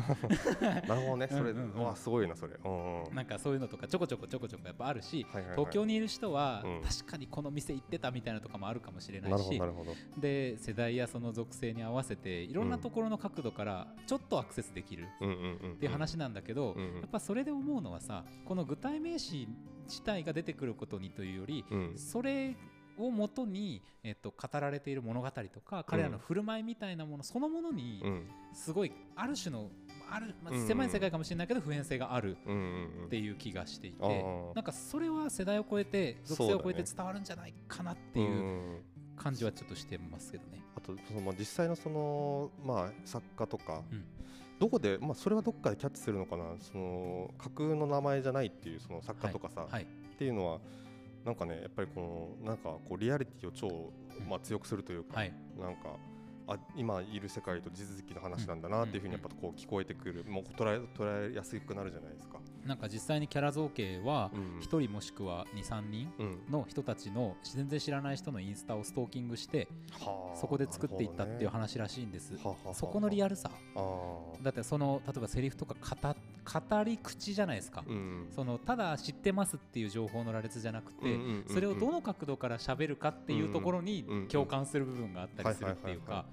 Speaker 2: なるほどねそれ、
Speaker 1: うんうんうん
Speaker 2: うわすごいなそれ、うんうん
Speaker 1: なんかそういうのとかちょこちょこちょこちょこやっぱあるし、
Speaker 2: はいはいはい
Speaker 1: 東京にいる人は、
Speaker 2: うん
Speaker 1: 確かにこの店行ってたみたいなとかもあるかもしれな
Speaker 2: ないるほど
Speaker 1: し
Speaker 2: なるほど
Speaker 1: で世代やその属性に合わせていろんなところの角度からちょっとアクセスできる
Speaker 2: うんうんうん
Speaker 1: っていう話なんだけど、
Speaker 2: うんうん
Speaker 1: やっぱそれで思うのはさこの具体名詞自体が出てくることにというより、
Speaker 2: うん
Speaker 1: それをもとに、えっと、語られている物語とか彼らの振る舞いみたいなものそのものに
Speaker 2: うん
Speaker 1: すごいある種のある、まあ
Speaker 2: うんうん
Speaker 1: 狭い世界かもしれないけど普遍性がある
Speaker 2: うんうんうん
Speaker 1: っていう気がしていて、
Speaker 2: あー
Speaker 1: なんかそれは世代を超えて属性を超えて
Speaker 2: そうだね
Speaker 1: 伝わるんじゃないかなって
Speaker 2: う
Speaker 1: いうん
Speaker 2: うん
Speaker 1: 感じはちょっとしてますけどね。
Speaker 2: あとそのまあ実際のそのまあ作家とか、
Speaker 1: うん
Speaker 2: どこでまあそれはどっかでキャッチするのかなその架空の名前じゃないっていうその作家とかさ、
Speaker 1: はい、
Speaker 2: っていうのはなんかねやっぱりこのなんかこうリアリティを超
Speaker 1: うん
Speaker 2: まあ強くするというか、
Speaker 1: はい
Speaker 2: なんかあ今いる世界と地続きの話なんだなっていうふうにやっぱこう聞こえてくる、もう捉え捉えやすくなるじゃないですか。
Speaker 1: なんか実際にキャラ造形は
Speaker 2: うん
Speaker 1: 1人もしくは23人
Speaker 2: うん
Speaker 1: の人たちの全然知らない人のインスタをストーキングして
Speaker 2: はあ
Speaker 1: そこで作っていったっていう
Speaker 2: なる
Speaker 1: 話らしいんです、
Speaker 2: ほどねはあはあはあ
Speaker 1: そこのリアルさ
Speaker 2: ああ
Speaker 1: だってその例えばセリフとか語語り口じゃないですか、
Speaker 2: うん
Speaker 1: そのただ知ってますっていう情報の羅列じゃなくて、
Speaker 2: うんうんうんうん
Speaker 1: それをどの角度から喋るかっていうところに
Speaker 2: うんうん
Speaker 1: 共感する部分があったりするっていう
Speaker 2: はい
Speaker 1: か
Speaker 2: は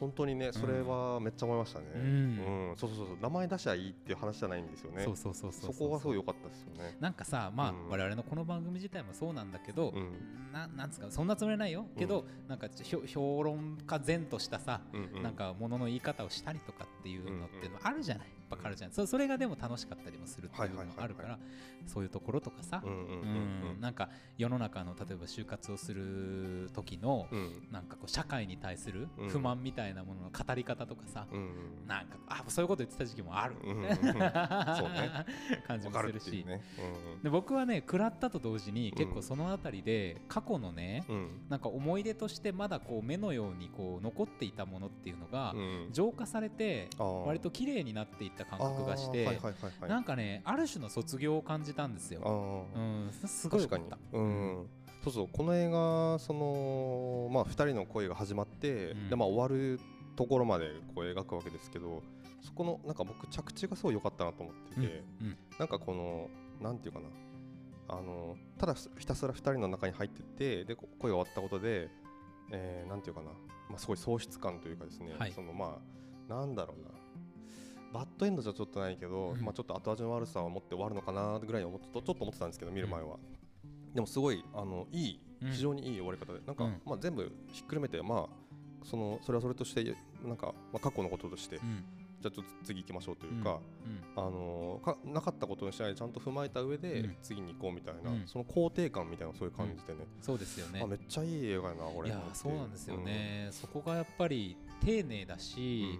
Speaker 2: 本当にねそれはめっちゃ思いましたね、
Speaker 1: う
Speaker 2: うんんそうそうそうそう名前出しゃいいっていう話じゃないんですよね
Speaker 1: そうそうそうそう
Speaker 2: そこがすごい良かったですよね
Speaker 1: なんかさまあ、
Speaker 2: うん
Speaker 1: 我々のこの番組自体もそうなんだけど、
Speaker 2: うん
Speaker 1: ななんつうかそんなつもりはないよけど、なんかちょ評評論家前としたさ、
Speaker 2: うんうん
Speaker 1: なんかものの言い方をしたりとかっていうのって
Speaker 2: うんうん
Speaker 1: あるじゃないやっぱ彼じゃんそそれがでも楽しかったりもするっていうのもあるか
Speaker 2: は
Speaker 1: らそういうところとかさ
Speaker 2: うんうんうん
Speaker 1: うんなんか世の中の例えば就活をする時の
Speaker 2: うんうん
Speaker 1: なんかこう社会に対する
Speaker 2: うん
Speaker 1: 不満みたいなものの語り方とかさ
Speaker 2: うんうん
Speaker 1: なんかあそういうこと言ってた時期もある
Speaker 2: うん うんうんそうね
Speaker 1: 感じ
Speaker 2: わ
Speaker 1: も
Speaker 2: か
Speaker 1: す
Speaker 2: る
Speaker 1: る
Speaker 2: ってい
Speaker 1: し
Speaker 2: うね
Speaker 1: で僕はね食らったと同時に
Speaker 2: うん
Speaker 1: 結構そのあたりで過去のね
Speaker 2: うんうん
Speaker 1: なんか思い出としてまだこう目のようにこう残っていたものっていうのが
Speaker 2: うん
Speaker 1: 浄化されて
Speaker 2: あー
Speaker 1: 割と綺麗になっていっった感覚がして、
Speaker 2: あーはいはいはいはい、
Speaker 1: なんんかねある種の卒業を感じたんです
Speaker 2: あ
Speaker 1: よ、
Speaker 2: ー
Speaker 1: うん、すすごい
Speaker 2: 確
Speaker 1: よか
Speaker 2: か
Speaker 1: っ
Speaker 2: に
Speaker 1: た、
Speaker 2: うんそうそうこの映画そのまあ2人の恋が始まって、
Speaker 1: うん
Speaker 2: でまあ終わるところまでこう描くわけですけどそこのなんか僕着地がすごい良かったなと思っ
Speaker 1: う
Speaker 2: てて、
Speaker 1: んうん
Speaker 2: なんかこのなんていうかなあのただひたすら2人の中に入ってってでこ恋が終わったことで、えーなんていうかな、まあ、すごい喪失感というかですね、
Speaker 1: はい
Speaker 2: そのまあなんだろうなバッドエンドじゃちょっとないけど、
Speaker 1: うん
Speaker 2: まあ、ちょっと後味の悪さを持って終わるのかなぐらいに思ってちょっと思ってたんですけど見る前は、でもすごいあのいい
Speaker 1: うん
Speaker 2: 非常にいい終わり方で、なんか、
Speaker 1: うん
Speaker 2: まあ、全部ひっくるめてまあそのそれはそれとしてなんか、まあ、過去のこととして、
Speaker 1: う
Speaker 2: じ
Speaker 1: ん
Speaker 2: ゃあちょっと次行きましょうというか、
Speaker 1: うん
Speaker 2: あのーかなかったことにしないでちゃんと踏まえた上で、
Speaker 1: うん
Speaker 2: 次に行こうみたいな、
Speaker 1: うん
Speaker 2: その肯定感みたいなのをそういう感じでね、
Speaker 1: そうですよね
Speaker 2: あめっちゃいい映画やなこれ
Speaker 1: いや
Speaker 2: と思って
Speaker 1: そうなんですよ、ね、そこがやっぱり丁寧だ
Speaker 2: うん
Speaker 1: し、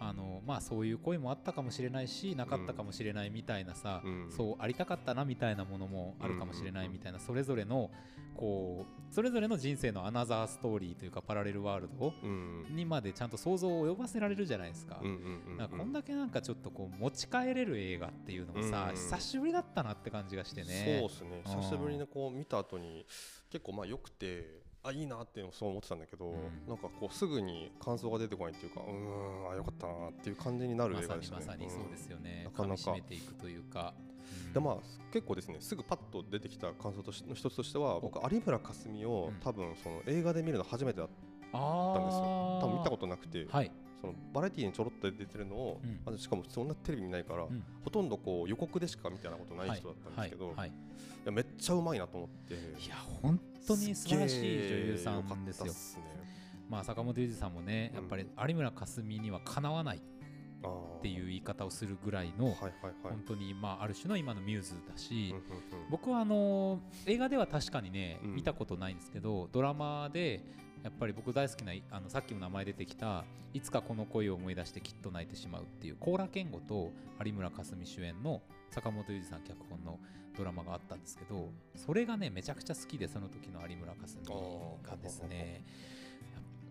Speaker 1: あのまあ、そういう声もあったかもしれないしなかったかもしれないみたいなさ、
Speaker 2: うんうん
Speaker 1: そうありたかったなみたいなものもあるかもしれないみたいな、それぞれのこうそれぞれの人生のアナザーストーリーというかパラレルワールド
Speaker 2: うんうん
Speaker 1: にまでちゃんと想像を及ばせられるじゃないですか。
Speaker 2: うんうんうん
Speaker 1: なんかこんだけなんかちょっとこう持ち帰れる映画っていうのもさ、
Speaker 2: うん
Speaker 1: 久しぶりだったなって感じがして
Speaker 2: そう
Speaker 1: ね
Speaker 2: で。すね
Speaker 1: うん
Speaker 2: 久しぶりにこう見た後に結構まあ良くてあいいなっていうのもそう思ってたんだけど、
Speaker 1: うん
Speaker 2: なんかこうすぐに感想が出てこないっていうかうーんあよかったなっていう感じになる
Speaker 1: ま
Speaker 2: 映
Speaker 1: さ
Speaker 2: 画で
Speaker 1: に
Speaker 2: した
Speaker 1: ま
Speaker 2: ね。
Speaker 1: さにそうですよね。
Speaker 2: なかなか
Speaker 1: 噛み締めていくというか。うん
Speaker 2: でまあ、結構ですねすぐパッと出てきた感想としの一つとしては僕有村架純を、
Speaker 1: うん
Speaker 2: 多分その映画で見るの初めてだった
Speaker 1: あ
Speaker 2: ったんですよ
Speaker 1: ー
Speaker 2: 多分見たことなくて、
Speaker 1: はい、
Speaker 2: そのバラエティにちょろっと出てるのを、
Speaker 1: うん
Speaker 2: あとしかもそんなテレビ見ないから、
Speaker 1: ん
Speaker 2: ほとんどこう予告でしか見たことない人だったんですけど、
Speaker 1: はいいはいはい
Speaker 2: やめっちゃうまいなと思って
Speaker 1: いや本当に素晴らしい女優さんですよ
Speaker 2: げーかったっすね
Speaker 1: まあ、坂本龍二さんもね
Speaker 2: うん
Speaker 1: やっぱり有村架純にはかなわないっ
Speaker 2: あー
Speaker 1: ていう言い方をするぐらいの
Speaker 2: はいはいはい、
Speaker 1: 本当にまあある種の今のミューズだし
Speaker 2: うんうんうん
Speaker 1: 僕はあの映画では確かにね
Speaker 2: うん
Speaker 1: 見たことないんですけどドラマでやっぱり僕大好きなあのさっきも名前出てきた「いつかこの恋を思い出してきっと泣いてしまう」っていう高良健吾と有村架純主演の坂本龍二さん脚本のドラマがあったんですけどそれがねめちゃくちゃ好きでその時の有村架純がですねやっ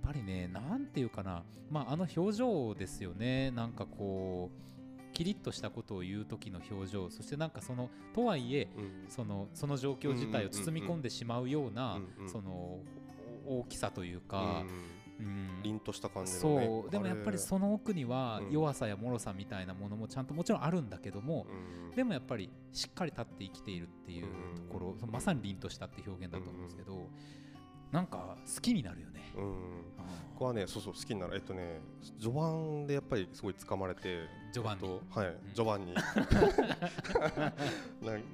Speaker 1: ぱりねなんていうかな、まあ、あの表情ですよねなんかこうキリッとしたことを言う時の表情そしてなんかそのとはいえ
Speaker 2: うん
Speaker 1: そのその状況自体を包み込んでしまうような
Speaker 2: うんうん
Speaker 1: そのお大きさというか
Speaker 2: う、
Speaker 1: うん
Speaker 2: ん凛とした感じのね
Speaker 1: そうでもやっぱりその奥には
Speaker 2: うん
Speaker 1: 弱さや脆さみたいなものもちゃんともちろんあるんだけども、
Speaker 2: うん
Speaker 1: でもやっぱりしっかり立って生きているっていうところ、
Speaker 2: うん
Speaker 1: そのまさに凛としたって表現だと思うんですけど、なんか好きになるよね。
Speaker 2: うん
Speaker 1: あー
Speaker 2: 僕はねそうそう好きになるえっとね序盤でやっぱりすごい掴まれて
Speaker 1: ジョバンニ
Speaker 2: えっとはい、
Speaker 1: ん
Speaker 2: 序盤に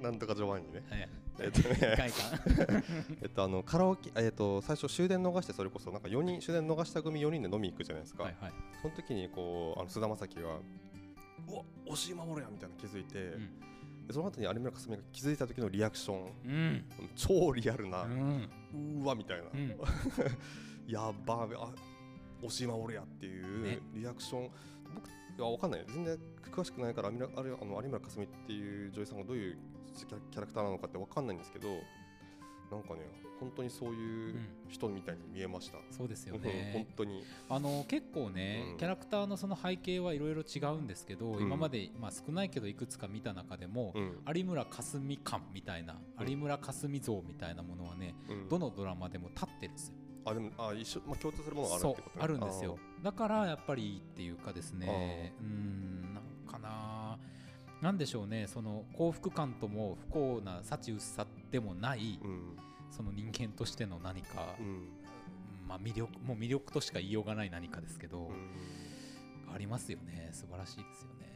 Speaker 2: ななんとか序盤にね
Speaker 1: はい
Speaker 2: えっと
Speaker 1: 世
Speaker 2: ね
Speaker 1: 界 観
Speaker 2: えっとあのカラオケえっと最初終電逃してそれこそなんか四人終電逃した組4人で飲み行くじゃないですか、
Speaker 1: はいはい、
Speaker 2: その時にこうあの菅田将暉が「うわ押し守るや!」みたいなの気づいて、
Speaker 1: うん
Speaker 2: でその後に有村架純が気づいた時のリアクション
Speaker 1: うん
Speaker 2: 超リアルな、
Speaker 1: う
Speaker 2: うんーわみたいな、
Speaker 1: うん
Speaker 2: やっばーあ押し守るやってい
Speaker 1: ね
Speaker 2: うリアクション、僕いやわかんない全然詳しくないから有村あれあの有村架純っていう女優さんがどういうキャラキャラクターなのかってわかんないんですけどなんかね本当にそういううん人みたいに見えました、
Speaker 1: そうですよ
Speaker 2: うん本
Speaker 1: ね
Speaker 2: 当に
Speaker 1: あの結構ね、
Speaker 2: うん
Speaker 1: キャラクターのその背景はいろいろ違うんですけど、
Speaker 2: ん
Speaker 1: 今まで、まあ、少ないけどいくつか見た中でも、
Speaker 2: うん
Speaker 1: 有村架純感みたいな、
Speaker 2: うん
Speaker 1: 有村架純像みたいなものはね
Speaker 2: うん
Speaker 1: どのドラマでも立ってるんですよ。
Speaker 2: あでもあ一緒まあ共通するものがあるっ
Speaker 1: そう
Speaker 2: てことね
Speaker 1: あるんですよだからやっぱりいいっていうかですねうーんなんかななんでしょうねその幸福感とも不幸な幸薄さでもない
Speaker 2: あーうん
Speaker 1: その人間としての何か
Speaker 2: う、ん
Speaker 1: まあ、魅力もう魅力としか言いようがない何かですけど、
Speaker 2: うん
Speaker 1: ありますよね素晴らしいですよね。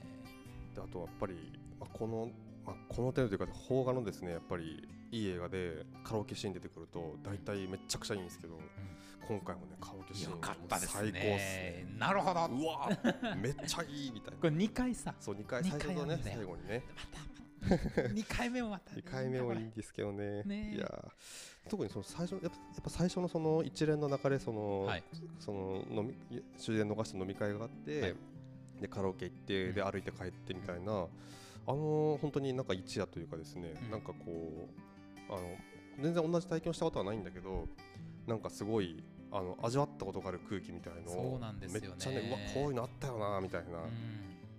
Speaker 2: であとはやっぱり、まあ、この、まあ、この程度というか邦画のですねやっぱりいい映画でカラオケシーン出てくると大体めちゃくちゃいいんですけど、今回もねカラオケシーン
Speaker 1: よかったです
Speaker 2: 最高っす
Speaker 1: ね
Speaker 2: ね。
Speaker 1: なるほど
Speaker 2: うわーめっちゃいいみたい
Speaker 1: こ
Speaker 2: な
Speaker 1: れ2回 さ
Speaker 2: そう2回
Speaker 1: 二
Speaker 2: 最
Speaker 1: 回
Speaker 2: 初とね
Speaker 1: なんだよ
Speaker 2: 最後にね
Speaker 1: また2回目もまた
Speaker 2: 2回目もいいんですけどね
Speaker 1: ねえ
Speaker 2: いやー特にその最初やっぱやっぱ最初のその一連の中でその、
Speaker 1: はい
Speaker 2: その飲み終電逃して飲み会があって、
Speaker 1: はい
Speaker 2: でカラオケ行って、
Speaker 1: うん
Speaker 2: で歩いて帰ってみたいな、あのー本当になんか一夜というかですね、
Speaker 1: うん
Speaker 2: なんかこうあの全然同じ体験をしたことはないんだけどなんかすごいあの味わったことがある空気みたいのを
Speaker 1: そうなんですよね
Speaker 2: めっちゃねうわこういうのあったよなみたいな、
Speaker 1: うん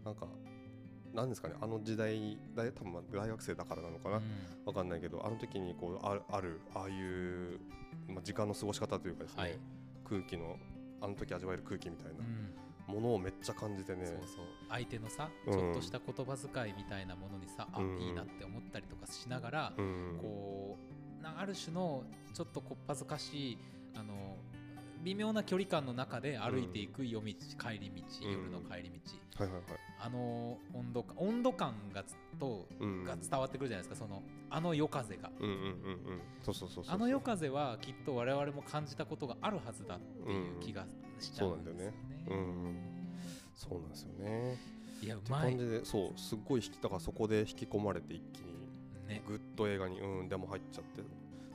Speaker 2: なんかなんですかねあの時代大多分まあ大学生だからなのかな、
Speaker 1: うん
Speaker 2: わかんないけどあの時にこうあるあるああいう、まあ、時間の過ごし方というかですね、
Speaker 1: はい
Speaker 2: 空気のあの時味わえる空気みたい
Speaker 1: うん
Speaker 2: なものをめっちゃ感じてね
Speaker 1: そうそう相手のさ
Speaker 2: う
Speaker 1: ち
Speaker 2: ん
Speaker 1: ょっとした言葉遣いみたいなものにさあ
Speaker 2: うん
Speaker 1: いいなって思ったりとかしながら
Speaker 2: うん
Speaker 1: こうなある種のちょっとこっぱずかしいあの微妙な距離感の中で歩いていく夜道帰り道
Speaker 2: うん
Speaker 1: 夜の帰り道
Speaker 2: はいはいはい、
Speaker 1: あの温度感温度感がずっと
Speaker 2: うん、
Speaker 1: が伝わってくるじゃないですかそのあの夜風が。
Speaker 2: うんうんうんうんそうそうそうそう
Speaker 1: あの夜風はきっと我々も感じたことがあるはずだっていう気がしちゃうんですよね。
Speaker 2: うんうんそうなんですよね
Speaker 1: いやう
Speaker 2: って
Speaker 1: まい
Speaker 2: 感じでそうすっごい引きだからそこで引き込まれて一気に
Speaker 1: ね
Speaker 2: ぐっと映画にうんでも入っちゃって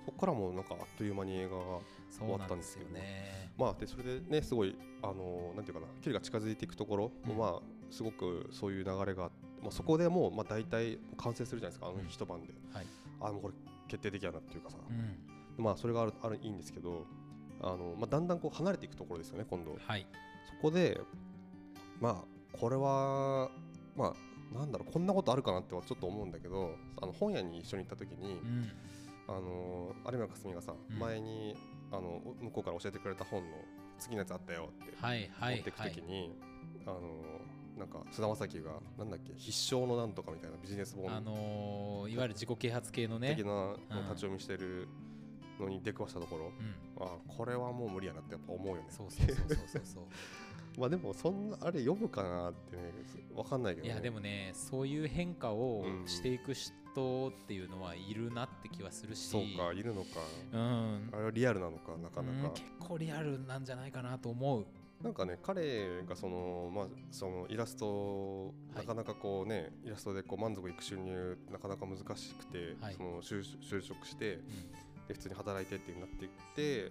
Speaker 2: そこからもうなんかあっという間に映画が
Speaker 1: そうなんですよね。
Speaker 2: まあでそれでねすごいあのなんていうかな距離が近づいていくところ
Speaker 1: う
Speaker 2: も、
Speaker 1: ん
Speaker 2: まあすごくそういう流れがあって。まあ、そこでもう、まあ、大体完成するじゃないですかあの
Speaker 1: うん
Speaker 2: 一晩で、
Speaker 1: はい
Speaker 2: あもうこれ決定的やなっていうかさ、
Speaker 1: うん、
Speaker 2: まあそれがあるあるいいんですけどあの、まあ、だんだんこう離れていくところですよね今度
Speaker 1: はい、
Speaker 2: そこでまあこれはまあなんだろうこんなことあるかなってはちょっと思うんだけどあの本屋に一緒に行った時
Speaker 1: う
Speaker 2: に、
Speaker 1: ん、
Speaker 2: あの有村架純がさ、
Speaker 1: うん
Speaker 2: 前にあのお向こうから教えてくれた本の次のやつあったよって
Speaker 1: はいは
Speaker 2: 持
Speaker 1: い
Speaker 2: っていく
Speaker 1: は
Speaker 2: 時
Speaker 1: い。
Speaker 2: に、あのなんか菅田将暉がなんだっけ必勝のなんとかみたいなビジネス
Speaker 1: あ
Speaker 2: 本
Speaker 1: のーいわゆる自己啓発系のね
Speaker 2: 的な、の
Speaker 1: うん
Speaker 2: を立ち読みしてるのに出くわしたところ、
Speaker 1: うん、
Speaker 2: あこれはもう無理やなってやっぱ思うよね
Speaker 1: そうそうそうそうそうそう。
Speaker 2: まあでもそんなあれ読むかなってねわかん ないけど、
Speaker 1: い
Speaker 2: ね、
Speaker 1: やでもねそういう変化を
Speaker 2: うん
Speaker 1: していく人っていうのはいるなって気はするし、
Speaker 2: そうかいるのか、
Speaker 1: うん
Speaker 2: あ、れはリアルなのかなかな
Speaker 1: うん
Speaker 2: か、
Speaker 1: 結構リアルなんじゃないかなと思う。
Speaker 2: なんかね彼がその,、まあ、そのイラスト、
Speaker 1: はい
Speaker 2: なかなかこうねイラストでこう満足いく収入なかなか難しくて、
Speaker 1: はい
Speaker 2: その就就職し
Speaker 1: う
Speaker 2: て
Speaker 1: ん
Speaker 2: で普通に働いてってなっていってっ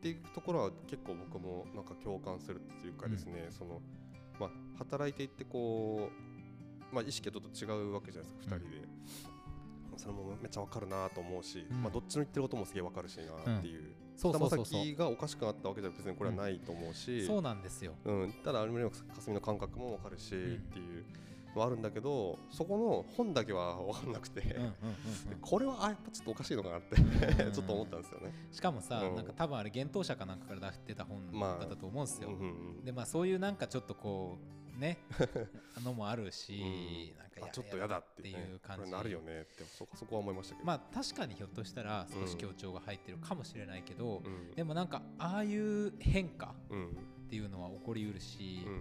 Speaker 2: ていうところは結構僕もなんか共感するっていうかですね、そのまあ、働いていってこう、まあ、意識はちょっと違うわけじゃないですか、
Speaker 1: うん
Speaker 2: 2人で。それもめっちゃわかるなと思うし、
Speaker 1: うん
Speaker 2: まあ、どっちの言ってることもすげえわかるしなっていう、
Speaker 1: そうそうそう
Speaker 2: 菅
Speaker 1: そ
Speaker 2: 田将
Speaker 1: う
Speaker 2: 暉がおかしくなったわけじゃ別にこれはないと思うし、
Speaker 1: そうなんですよ。
Speaker 2: うん、ただアルミニウムかすみの感覚もわかるし、
Speaker 1: ん
Speaker 2: っていうのはあるんだけどそこの本だけは分かんなくて、
Speaker 1: うんうんうん
Speaker 2: でこれはあやっぱちょっとおかしいのかなって
Speaker 1: うんうん
Speaker 2: ちょっと思ったんですよね。
Speaker 1: しかもさ、
Speaker 2: うん
Speaker 1: なんか多分あれ幻冬舎かなんかから出してた本
Speaker 2: まあ
Speaker 1: だったと思うんです
Speaker 2: う
Speaker 1: よ。
Speaker 2: んうん
Speaker 1: でまあそういうなんかちょっとこう ねあのもあるし、なん
Speaker 2: うん、
Speaker 1: か
Speaker 2: あちょっと嫌だっ
Speaker 1: っ
Speaker 2: て,、
Speaker 1: ていう感
Speaker 2: こ
Speaker 1: じ
Speaker 2: れなるよねってそそこは思いましたけど、
Speaker 1: まあ確かにひょっとしたら少
Speaker 2: う
Speaker 1: し
Speaker 2: ん
Speaker 1: 協調が入ってるかもしれないけど、
Speaker 2: うん
Speaker 1: でもなんかああいう変化
Speaker 2: うん
Speaker 1: っていうのは起こりうるし
Speaker 2: うん、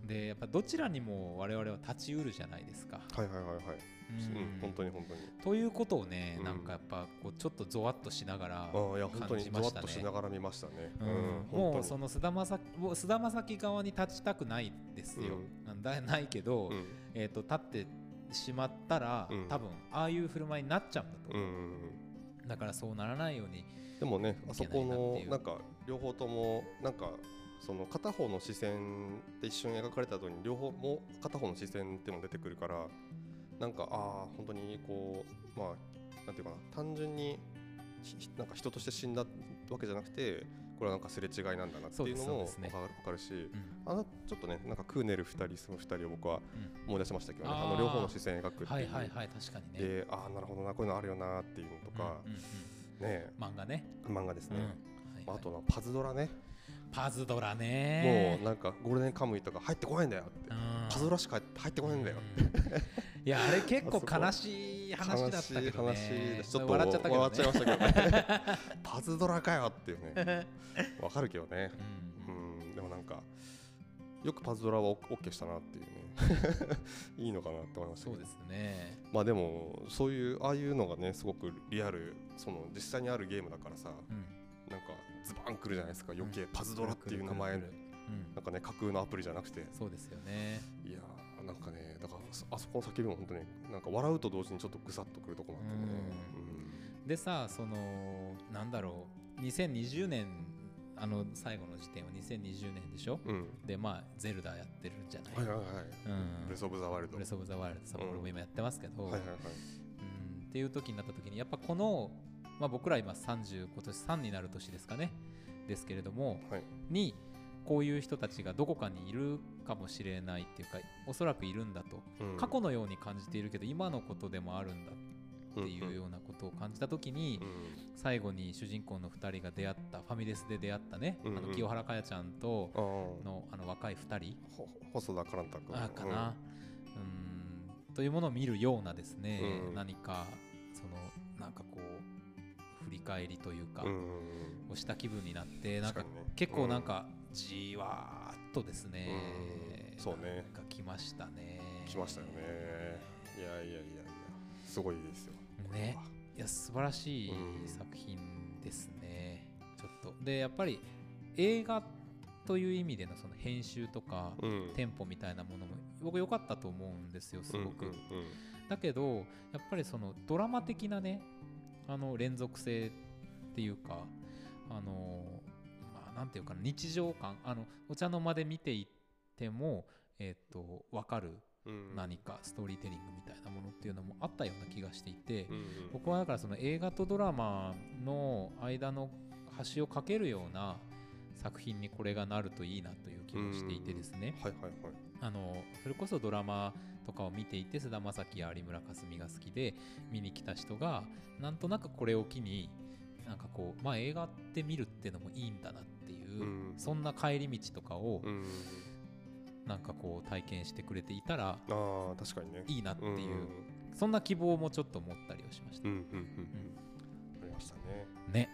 Speaker 2: うん、
Speaker 1: でやっぱどちらにも我々は立ちうるじゃないですか。
Speaker 2: はいはいはいはい、うん本当
Speaker 1: に
Speaker 2: に本当に
Speaker 1: ということをね、
Speaker 2: うん
Speaker 1: なんかやっぱこうちょっとゾワッとしながら
Speaker 2: あーいや本当
Speaker 1: 感
Speaker 2: に
Speaker 1: じま
Speaker 2: ゾワ
Speaker 1: し
Speaker 2: ッ
Speaker 1: た
Speaker 2: とし
Speaker 1: ね
Speaker 2: な。がら見ましたね。
Speaker 1: うん
Speaker 2: 本当
Speaker 1: もう
Speaker 2: に
Speaker 1: その菅田将暉もう菅田将暉側に立ちたくないですよ、だ ないけど、
Speaker 2: うん
Speaker 1: えー、と立ってしまったら、
Speaker 2: うん
Speaker 1: 多分ああいう振る舞いになっちゃうんだと
Speaker 2: うんう
Speaker 1: 思
Speaker 2: ん
Speaker 1: う、
Speaker 2: うん
Speaker 1: だからそうならないように、
Speaker 2: でもねあ
Speaker 1: いけ
Speaker 2: そ
Speaker 1: ないな
Speaker 2: こ
Speaker 1: って
Speaker 2: の
Speaker 1: いう
Speaker 2: なんか両方ともなんかその片方の視線で一緒に描かれた後に両方も片方の視線っていうのも出てくるからなんかああ本当にこうまあなんていうかな単純にひひなんか人として死んだわけじゃなくてこれはなんかすれ違いなんだなってい
Speaker 1: そう
Speaker 2: うのもわ
Speaker 1: ですそうですね
Speaker 2: かわかるし
Speaker 1: うん
Speaker 2: あのちょっとねなんかクーネル2人その2人を僕は思い出しましたけどね、
Speaker 1: あー
Speaker 2: あの両方の視線描くって。
Speaker 1: はいいうはいはい確かにね
Speaker 2: でああなるほどなこういうのあるよなっていうのとか、
Speaker 1: うんうん
Speaker 2: ね
Speaker 1: うん漫画ね、
Speaker 2: 漫画です
Speaker 1: うん
Speaker 2: ね、
Speaker 1: はい
Speaker 2: ま
Speaker 1: はい
Speaker 2: ああとはパズドラね
Speaker 1: パズドラ
Speaker 2: も
Speaker 1: ね
Speaker 2: うなんかゴールデンカムイとか入ってこないんだよって、
Speaker 1: うん
Speaker 2: パズドラしか入ってこないんだよ、
Speaker 1: うんいやあれ結構
Speaker 2: あそこ
Speaker 1: 悲しい話だったけど
Speaker 2: 悲
Speaker 1: ね
Speaker 2: しい話ちょっと
Speaker 1: 笑っちゃったけど
Speaker 2: 笑っちゃ
Speaker 1: ね
Speaker 2: いましたけどね パズドラかよっていうねわかるけどね
Speaker 1: うん
Speaker 2: うんでもなんかよくパズドラはオッケーしたなっていうね いいのかなって思いました
Speaker 1: そ
Speaker 2: け
Speaker 1: う
Speaker 2: ど
Speaker 1: ですね
Speaker 2: まあでもそういうああいうのがねすごくリアルその実際にあるゲームだからさ
Speaker 1: うん
Speaker 2: なんかズバンくるじゃないですか余計
Speaker 1: ん
Speaker 2: パズドラっていう名前
Speaker 1: く
Speaker 2: な
Speaker 1: るくるくるうん
Speaker 2: んかね架空のアプリじゃなくて
Speaker 1: そうですよね
Speaker 2: いやーなんかねだからそあそこの叫びも本当になんか笑うと同時にちょっとぐさっとくるとこもあってね
Speaker 1: でさそのなんだろう2020年あの最後の時点は2020年でしょ
Speaker 2: うん、うん
Speaker 1: でまあゼルダやってるじゃない、
Speaker 2: はいはいはい、
Speaker 1: うん
Speaker 2: ブレス・オブ・ザ・ワイルド
Speaker 1: ブレス・オブ・ザ・ワールドさ、
Speaker 2: うん
Speaker 1: 俺も今やってますけど、
Speaker 2: はいはいはい
Speaker 1: うんっていう時になった時にやっぱこの、まあ、僕ら今30今年3になる年ですかねですけれども
Speaker 2: はい
Speaker 1: にこういう人たちがどこかにいるかもしれないっていうかおそらくいるんだと
Speaker 2: うん
Speaker 1: 過去のように感じているけど今のことでもあるんだってい
Speaker 2: ん
Speaker 1: うようなことを感じた時に
Speaker 2: うん
Speaker 1: 最後に主人公の2人が出会ったファミレスで出会ったねあ
Speaker 2: うんうん
Speaker 1: の清原かやちゃんと
Speaker 2: うんあ
Speaker 1: のあの若い2人
Speaker 2: あほ細田カランタ君
Speaker 1: あかなうんというものを見るようなですね
Speaker 2: うん
Speaker 1: 何かそのなんかこう振り返りというか
Speaker 2: うんうん
Speaker 1: をした気分になってなんか
Speaker 2: 確かにね
Speaker 1: 結構なんかじわーっとですね
Speaker 2: うんそうね
Speaker 1: なんか来ましたね
Speaker 2: 来ましたよねいやいやいやいやすごいですよ
Speaker 1: ねいや素晴らしい
Speaker 2: うん
Speaker 1: 作品ですね、ちょっとでやっぱり映画という意味でのその編集とか、
Speaker 2: うん
Speaker 1: テンポみたいなものも僕良かったと思うんですよすごく、
Speaker 2: うんうん
Speaker 1: だけどやっぱりそのドラマ的なねあの連続性っていうかあのまあなんていうかな日常感あのお茶の間で見ていってもえっ、と分かる
Speaker 2: うん
Speaker 1: 何かストーリーテリングみたいなものっていうのもあったような気がしていて、
Speaker 2: うんうん
Speaker 1: 僕はだからその映画とドラマの間の橋を架けるような作品にこれがなるといいなという気もしていてですね
Speaker 2: はいはいはい
Speaker 1: あのそれこそドラマとかを見ていて菅田将暉や有村架純が好きで見に来た人がなんとなくこれを機になんかこうまあ映画って見るってのもいいんだなっていう、
Speaker 2: うん
Speaker 1: そんな帰り道とかを
Speaker 2: うん
Speaker 1: なんかこう体験してくれていたら
Speaker 2: ああ確かにね
Speaker 1: いいなっていう、
Speaker 2: ん
Speaker 1: そんな希望もちょっと持ったりをしまし
Speaker 2: う
Speaker 1: た、
Speaker 2: んうんうんうんありましたね
Speaker 1: ね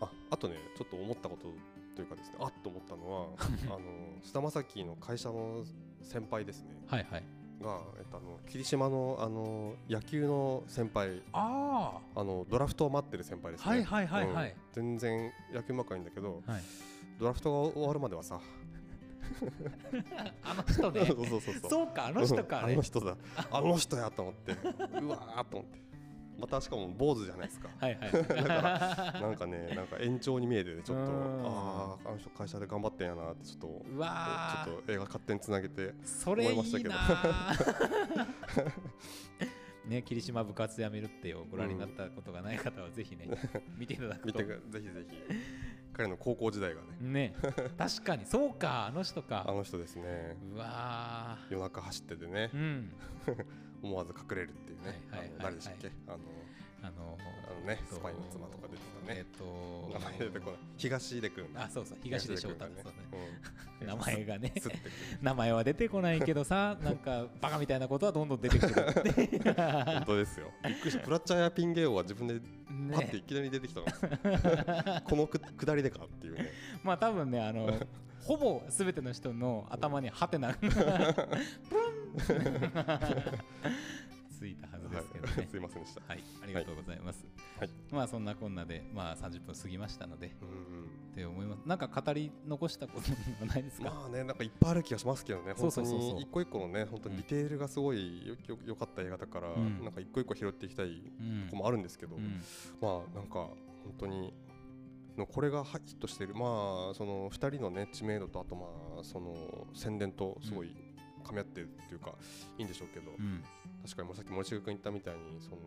Speaker 2: ああとねちょっと思ったことというかですねあっと思ったの はあの菅田将暉の会社の先輩ですね
Speaker 1: はいはい
Speaker 2: が、えっと、あの霧島のあの野球の先輩
Speaker 1: あ
Speaker 2: あのドラフトを待ってる先輩です
Speaker 1: あ
Speaker 2: ね
Speaker 1: はいはいはいはい、
Speaker 2: うん全然野球うまくないんだけど
Speaker 1: はい、
Speaker 2: ドラフトが終わるまではさ、
Speaker 1: あの人ね
Speaker 2: そうそうそうう
Speaker 1: そうかあの人か
Speaker 2: うん
Speaker 1: あ
Speaker 2: あ
Speaker 1: れ
Speaker 2: の人だあの人やと思ってうわーと思ってまたしかも坊主じゃ ないですか
Speaker 1: はいはいだから
Speaker 2: なんかねなんか延長に見えてねちょっと
Speaker 1: うん
Speaker 2: あああの人会社で頑張ってんやなってちょっと
Speaker 1: うわー
Speaker 2: ちょっと映画勝手につなげて
Speaker 1: それいい
Speaker 2: 思いましたけど
Speaker 1: なあ ね霧島部活やめるってよご覧になったことがない方はぜひ ね、見ていただく
Speaker 2: 見
Speaker 1: と
Speaker 2: てくぜひぜひ彼の高校時代がね
Speaker 1: ね確かにそうかあの人か
Speaker 2: あの人ですね
Speaker 1: うわ
Speaker 2: 夜中走っててね
Speaker 1: ーうん
Speaker 2: 思わず隠れるっていうね
Speaker 1: はいはい
Speaker 2: あの
Speaker 1: はいはい
Speaker 2: 誰でしたっけあの
Speaker 1: あの
Speaker 2: あのね
Speaker 1: えっと
Speaker 2: スパイの妻とか出てたね
Speaker 1: えっと
Speaker 2: 名前出てこない東出君
Speaker 1: あそうそう東出翔太
Speaker 2: 君
Speaker 1: 君そ
Speaker 2: が
Speaker 1: うね
Speaker 2: うん
Speaker 1: 名前がね
Speaker 2: すってくる
Speaker 1: 名前は出てこないけどさなんかバカみたいなことはどんどん出てくるって
Speaker 2: 本当で すよびっくりしたプラチャやピンゲオは自分でパッてい
Speaker 1: ね
Speaker 2: きなり出てきた のこのく下りでかっていうね
Speaker 1: まあ多分ねあ のほぼ全ての人の頭にハテナが プルンついたはずですけど
Speaker 2: はい
Speaker 1: ね
Speaker 2: すいませんでした
Speaker 1: はいありがとうございます、
Speaker 2: はい
Speaker 1: まあそんなこんなでまあ30分過ぎましたので
Speaker 2: うんうん
Speaker 1: って思いますなんか語り残したことはないですか、
Speaker 2: まあねなんかいっぱいある気がしますけどね
Speaker 1: そう
Speaker 2: 本
Speaker 1: そ
Speaker 2: 当
Speaker 1: うそうそう
Speaker 2: に一個一個のね本当にディテールがすごいよよよかった映画だから、
Speaker 1: うん
Speaker 2: なんか一個一個拾っていきたい
Speaker 1: うん
Speaker 2: とこもあるんですけど、
Speaker 1: うん
Speaker 2: まあなんか本当にのこれがはヒットしてるまあその2人のね知名度とあとまあその宣伝とすごい噛み合ってるっていうか、いいんでしょうけど、
Speaker 1: うん
Speaker 2: 確かにもうさっき森重君言ったみたいにその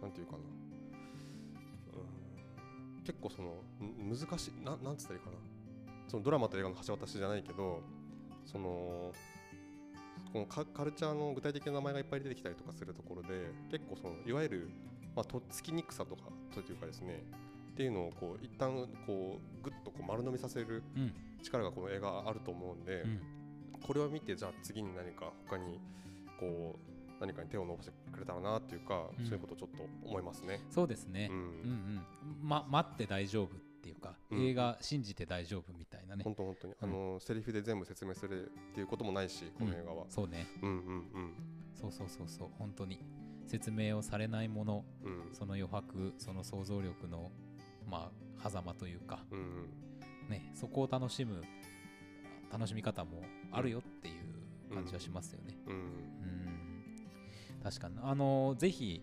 Speaker 2: なんていうかな、うん、結構そのん難しいななんつったらいいかなそのドラマと映画の橋渡しじゃないけどそのこのカカルチャーの具体的な名前がいっぱい出てきたりとかするところで結構そのいわゆる、まあ、とっつきにくさとかというかですねっていうのをこう一旦こうぐっとこう丸飲みさせる
Speaker 1: うん
Speaker 2: 力がこの映画あると思うんで、
Speaker 1: うん
Speaker 2: これを見てじゃあ次に何か他にこう何かに手を伸ばしてくれたらなっていうか、
Speaker 1: うん
Speaker 2: そういうことをちょっと思いますね。
Speaker 1: そうですね、
Speaker 2: う
Speaker 1: うん
Speaker 2: ん
Speaker 1: うんま、待って大丈夫っていうか、
Speaker 2: うん
Speaker 1: 映画信じて大丈夫みたいなね、
Speaker 2: 本当本当に、あのセリフで全部説明するっていうこともないしこの映画は、
Speaker 1: そうね
Speaker 2: うん、うん
Speaker 1: そうそうそうそう本当に説明をされないもの
Speaker 2: うんうん
Speaker 1: その余白その想像力のまあ狭間というか、
Speaker 2: うんうん
Speaker 1: ね、そこを楽しむ楽しみ方もあるよっていう感じはしますよね。
Speaker 2: うん
Speaker 1: うん確かにあのぜひ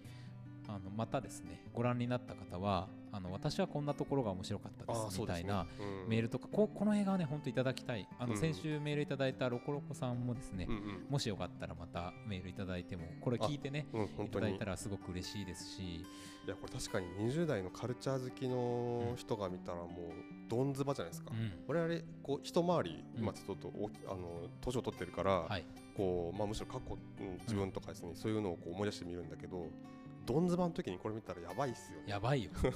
Speaker 1: あのまたですねご覧になった方はあの私はこんなところが面白かったで
Speaker 2: ああ
Speaker 1: す
Speaker 2: そ
Speaker 1: み
Speaker 2: うで
Speaker 1: た
Speaker 2: す
Speaker 1: い
Speaker 2: ね
Speaker 1: な、
Speaker 2: うん
Speaker 1: メールとかここの映画はね本当いただきたいあの
Speaker 2: うん
Speaker 1: 先週メールいただいたロコロコさんもですね、
Speaker 2: うんうん
Speaker 1: もしよかったらまたメールいただいてもこれ聞いてね
Speaker 2: うん、
Speaker 1: い
Speaker 2: 本
Speaker 1: た
Speaker 2: 当
Speaker 1: だ
Speaker 2: に
Speaker 1: いたらすごく嬉しいですし
Speaker 2: いやこれ確かに20代のカルチャー好きの人が見たらもうどんずばじゃないですか、
Speaker 1: うん
Speaker 2: 我々こう一回り
Speaker 1: うん
Speaker 2: 今ちょっと大きあの年を取ってるから、
Speaker 1: はい
Speaker 2: こうまあ、むしろ過去、うん自分とかですね、そういうのをこう思い出してみるんだけどどんずばの時にこれ見たらやばいっすよね
Speaker 1: やば いよ、うん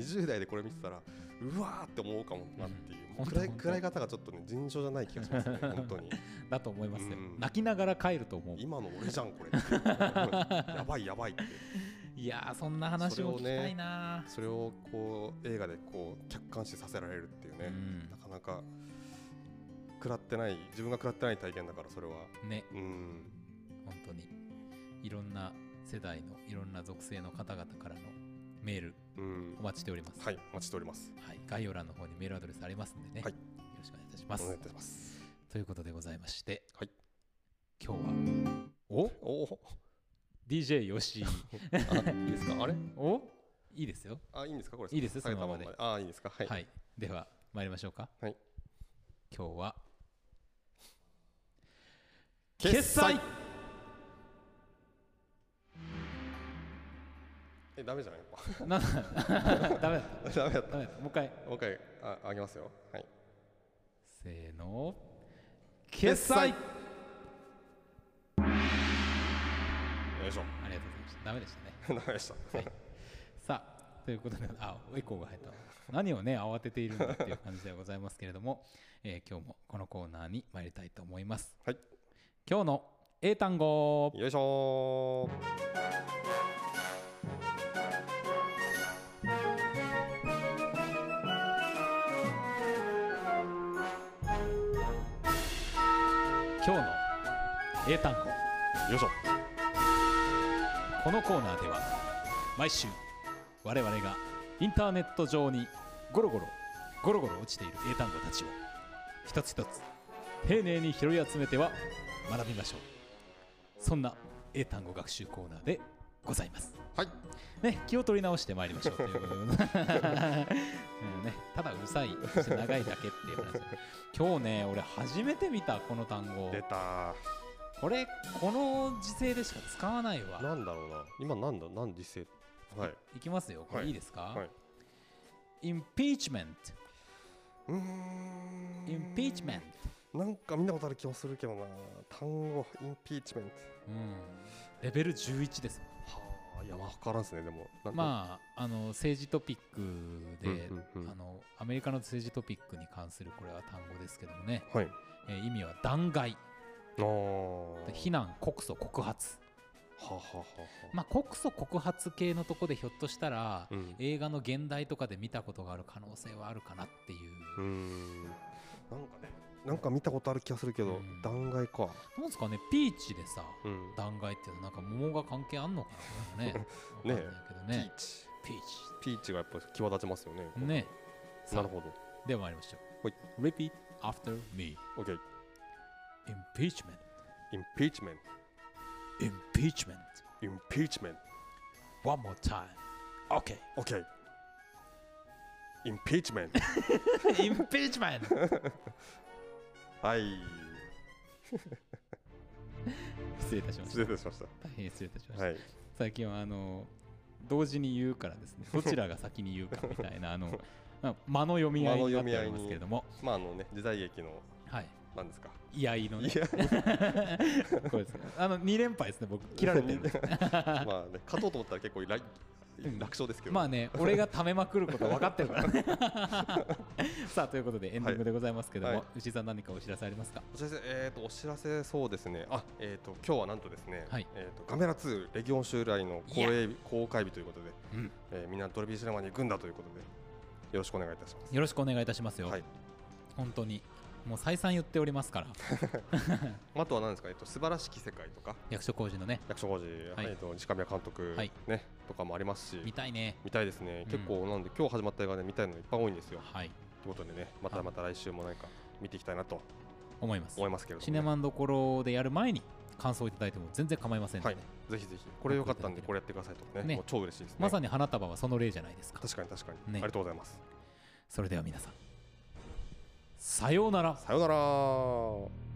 Speaker 2: 20代でこれ見てたらうわーって思うかもなっていう、
Speaker 1: うん
Speaker 2: もう暗い
Speaker 1: ほんとほんと
Speaker 2: 暗い方がちょっとね尋常じゃない気がしま すね本当に
Speaker 1: だと思いますよ
Speaker 2: うん
Speaker 1: 泣きながら帰ると思う
Speaker 2: 今の俺じゃんこれっていうやばいやばいって
Speaker 1: いやーそんな話を聞きたいな
Speaker 2: それをこう映画でこう客観視させられるっていうね、なかなか食らってない自分が食らってない体験だからそれは
Speaker 1: うんね
Speaker 2: うん
Speaker 1: 本当にいろんな世代のいろんな属性の方々からのメール
Speaker 2: うん
Speaker 1: お待ちしております、
Speaker 2: はいお待ちしております
Speaker 1: はい概要欄の方にメールアドレスありますんでね、
Speaker 2: はい
Speaker 1: よろしくお願いいたしま
Speaker 2: お
Speaker 1: す、
Speaker 2: 願いいたします
Speaker 1: ということでございまして、
Speaker 2: はい
Speaker 1: 今日はお
Speaker 2: おお
Speaker 1: DJ よし
Speaker 2: あいいですかあれ
Speaker 1: おいいですよ
Speaker 2: あいいんですかこれ
Speaker 1: いいですよ
Speaker 2: 下げた
Speaker 1: そのま
Speaker 2: ま
Speaker 1: ま
Speaker 2: ん
Speaker 1: で
Speaker 2: まであいいですかは、
Speaker 1: はいい、では参りましょうか、
Speaker 2: はい、
Speaker 1: 今日は
Speaker 2: 決
Speaker 1: 済
Speaker 2: 済えダメじゃないやっ
Speaker 1: なんだダメだ
Speaker 2: ぱダメだった
Speaker 1: ダメだもう一回
Speaker 2: もう一回ああげますよはい
Speaker 1: せーの
Speaker 2: 決済
Speaker 1: あ
Speaker 2: よ
Speaker 1: りがとうございま
Speaker 2: いしょ
Speaker 1: したダメでしたね
Speaker 2: ダメでした
Speaker 1: さあということであエコーが入った何をね慌てているんだっていう感じではございますけれども、えー今日もこのコーナーに参りたいと思います
Speaker 2: はい
Speaker 1: 今日の英単語
Speaker 2: よいしょ
Speaker 1: 今日の英単語
Speaker 2: よいしょ
Speaker 1: このコーナーでは毎週我々がインターネット上にゴロゴロゴロゴロ落ちている英単語たちを一つ一つ丁寧に拾い集めては学びましょうそんな英単語学習コーナーでございます
Speaker 2: はい
Speaker 1: ね、気を取り直してまいりましょうということでうんね、ただうるさいそして長いだけっていう話今日ね俺初めて見たこの単語
Speaker 2: 出た
Speaker 1: これこの時勢でしか使わないわ
Speaker 2: なんだろうな今なんだなんで姿勢はい
Speaker 1: いきますよこれ
Speaker 2: はい
Speaker 1: いいですか、
Speaker 2: はい
Speaker 1: impeachment
Speaker 2: うーん
Speaker 1: impeachment
Speaker 2: なんか見たことある気もするけどな単語インピーチメント
Speaker 1: うんレベル11です
Speaker 2: はあいやわからんですねでもなん
Speaker 1: まああの政治トピックで、
Speaker 2: うんうんうん
Speaker 1: あのアメリカの政治トピックに関するこれは単語ですけどもね、
Speaker 2: はい
Speaker 1: えー意味は弾劾
Speaker 2: あー
Speaker 1: 非難告訴告発
Speaker 2: はあはあはあは
Speaker 1: まあ、告訴告発系のとこでひょっとしたら、
Speaker 2: あうんう
Speaker 1: 映画の現代とかで見たことがある可能性はあるかなっていう、
Speaker 2: ーんなんかねなんか見たことある気がするけ
Speaker 1: う
Speaker 2: ど
Speaker 1: ん
Speaker 2: 断崖か
Speaker 1: なんですかねピーチでさ
Speaker 2: うん
Speaker 1: 弾劾っていうのなんか桃が関係あんのかなこれね
Speaker 2: ねえ
Speaker 1: わかんな
Speaker 2: ピ
Speaker 1: いけどね
Speaker 2: ーチ
Speaker 1: ピー
Speaker 2: ピーチがやっぱ際立ちますよね
Speaker 1: チねえ
Speaker 2: なる
Speaker 1: さ
Speaker 2: ほど
Speaker 1: あでは参りましょう
Speaker 2: ほい
Speaker 1: Repeat after me
Speaker 2: OK
Speaker 1: Impeachment
Speaker 2: インピーチメン
Speaker 1: Impeachment
Speaker 2: トインピーチメン
Speaker 1: One more time OK
Speaker 2: ト OK インピー チメント
Speaker 1: Impeachment
Speaker 2: はい
Speaker 1: 失礼いたしました
Speaker 2: 失礼いたしまし
Speaker 1: 大変失礼いたしました
Speaker 2: たはい
Speaker 1: 最近はあの同時に言うからですねどちらが先に言うかみたい なあのまあ間の読み合いになっておりますけれども
Speaker 2: まああのね時代劇の
Speaker 1: はい
Speaker 2: なんですか
Speaker 1: 居合のね
Speaker 2: いや
Speaker 1: これですねあの2連敗ですね僕切られてるんです
Speaker 2: まあね、勝とうと思ったら結構楽
Speaker 1: ん
Speaker 2: 楽勝ですけど、
Speaker 1: まあね俺がためまくること分かってるからね さあということでエンディングでございますけども、
Speaker 2: はい
Speaker 1: 牛井さん何かお知らせありますか
Speaker 2: お知らせ、えー、とお知らせそうですね、あえー、と今日はなんとですね、
Speaker 1: はい
Speaker 2: えー、とガメラ2レギオン襲来の公営公開日ということで、
Speaker 1: うん
Speaker 2: えーみんなドルビーシネマに行くんだということで、よろしくお願いいたします。
Speaker 1: よろしくお願いいたしますよ、
Speaker 2: はい、
Speaker 1: 本当にもう再三言っておりますから
Speaker 2: あとは何ですか、えー、と素晴らしき世界とか、
Speaker 1: 役所広司のね
Speaker 2: 役所工事、
Speaker 1: はい
Speaker 2: えー、と西神谷監督、
Speaker 1: はい
Speaker 2: ね、とかもありますし、
Speaker 1: 見たいね
Speaker 2: 見たいですね
Speaker 1: う、ん
Speaker 2: 結構、なんで、今日始まった映画で見たいのいっぱい多いんですよ。
Speaker 1: はい
Speaker 2: ということでね、またまた来週も何か見ていきたいなと
Speaker 1: 思います
Speaker 2: 思いますけれども
Speaker 1: シ
Speaker 2: ね、
Speaker 1: ネマンどころでやる前に感想をいただいても全然構いませんので、
Speaker 2: はいぜひぜひこれ良かったんでこれやってくださいとかね
Speaker 1: ね
Speaker 2: もう超嬉しいですね
Speaker 1: まさに花束はその例じゃないですか
Speaker 2: 確かに確か
Speaker 1: ね
Speaker 2: に、ありがとうございます
Speaker 1: それでは皆さんさようなら
Speaker 2: さようなら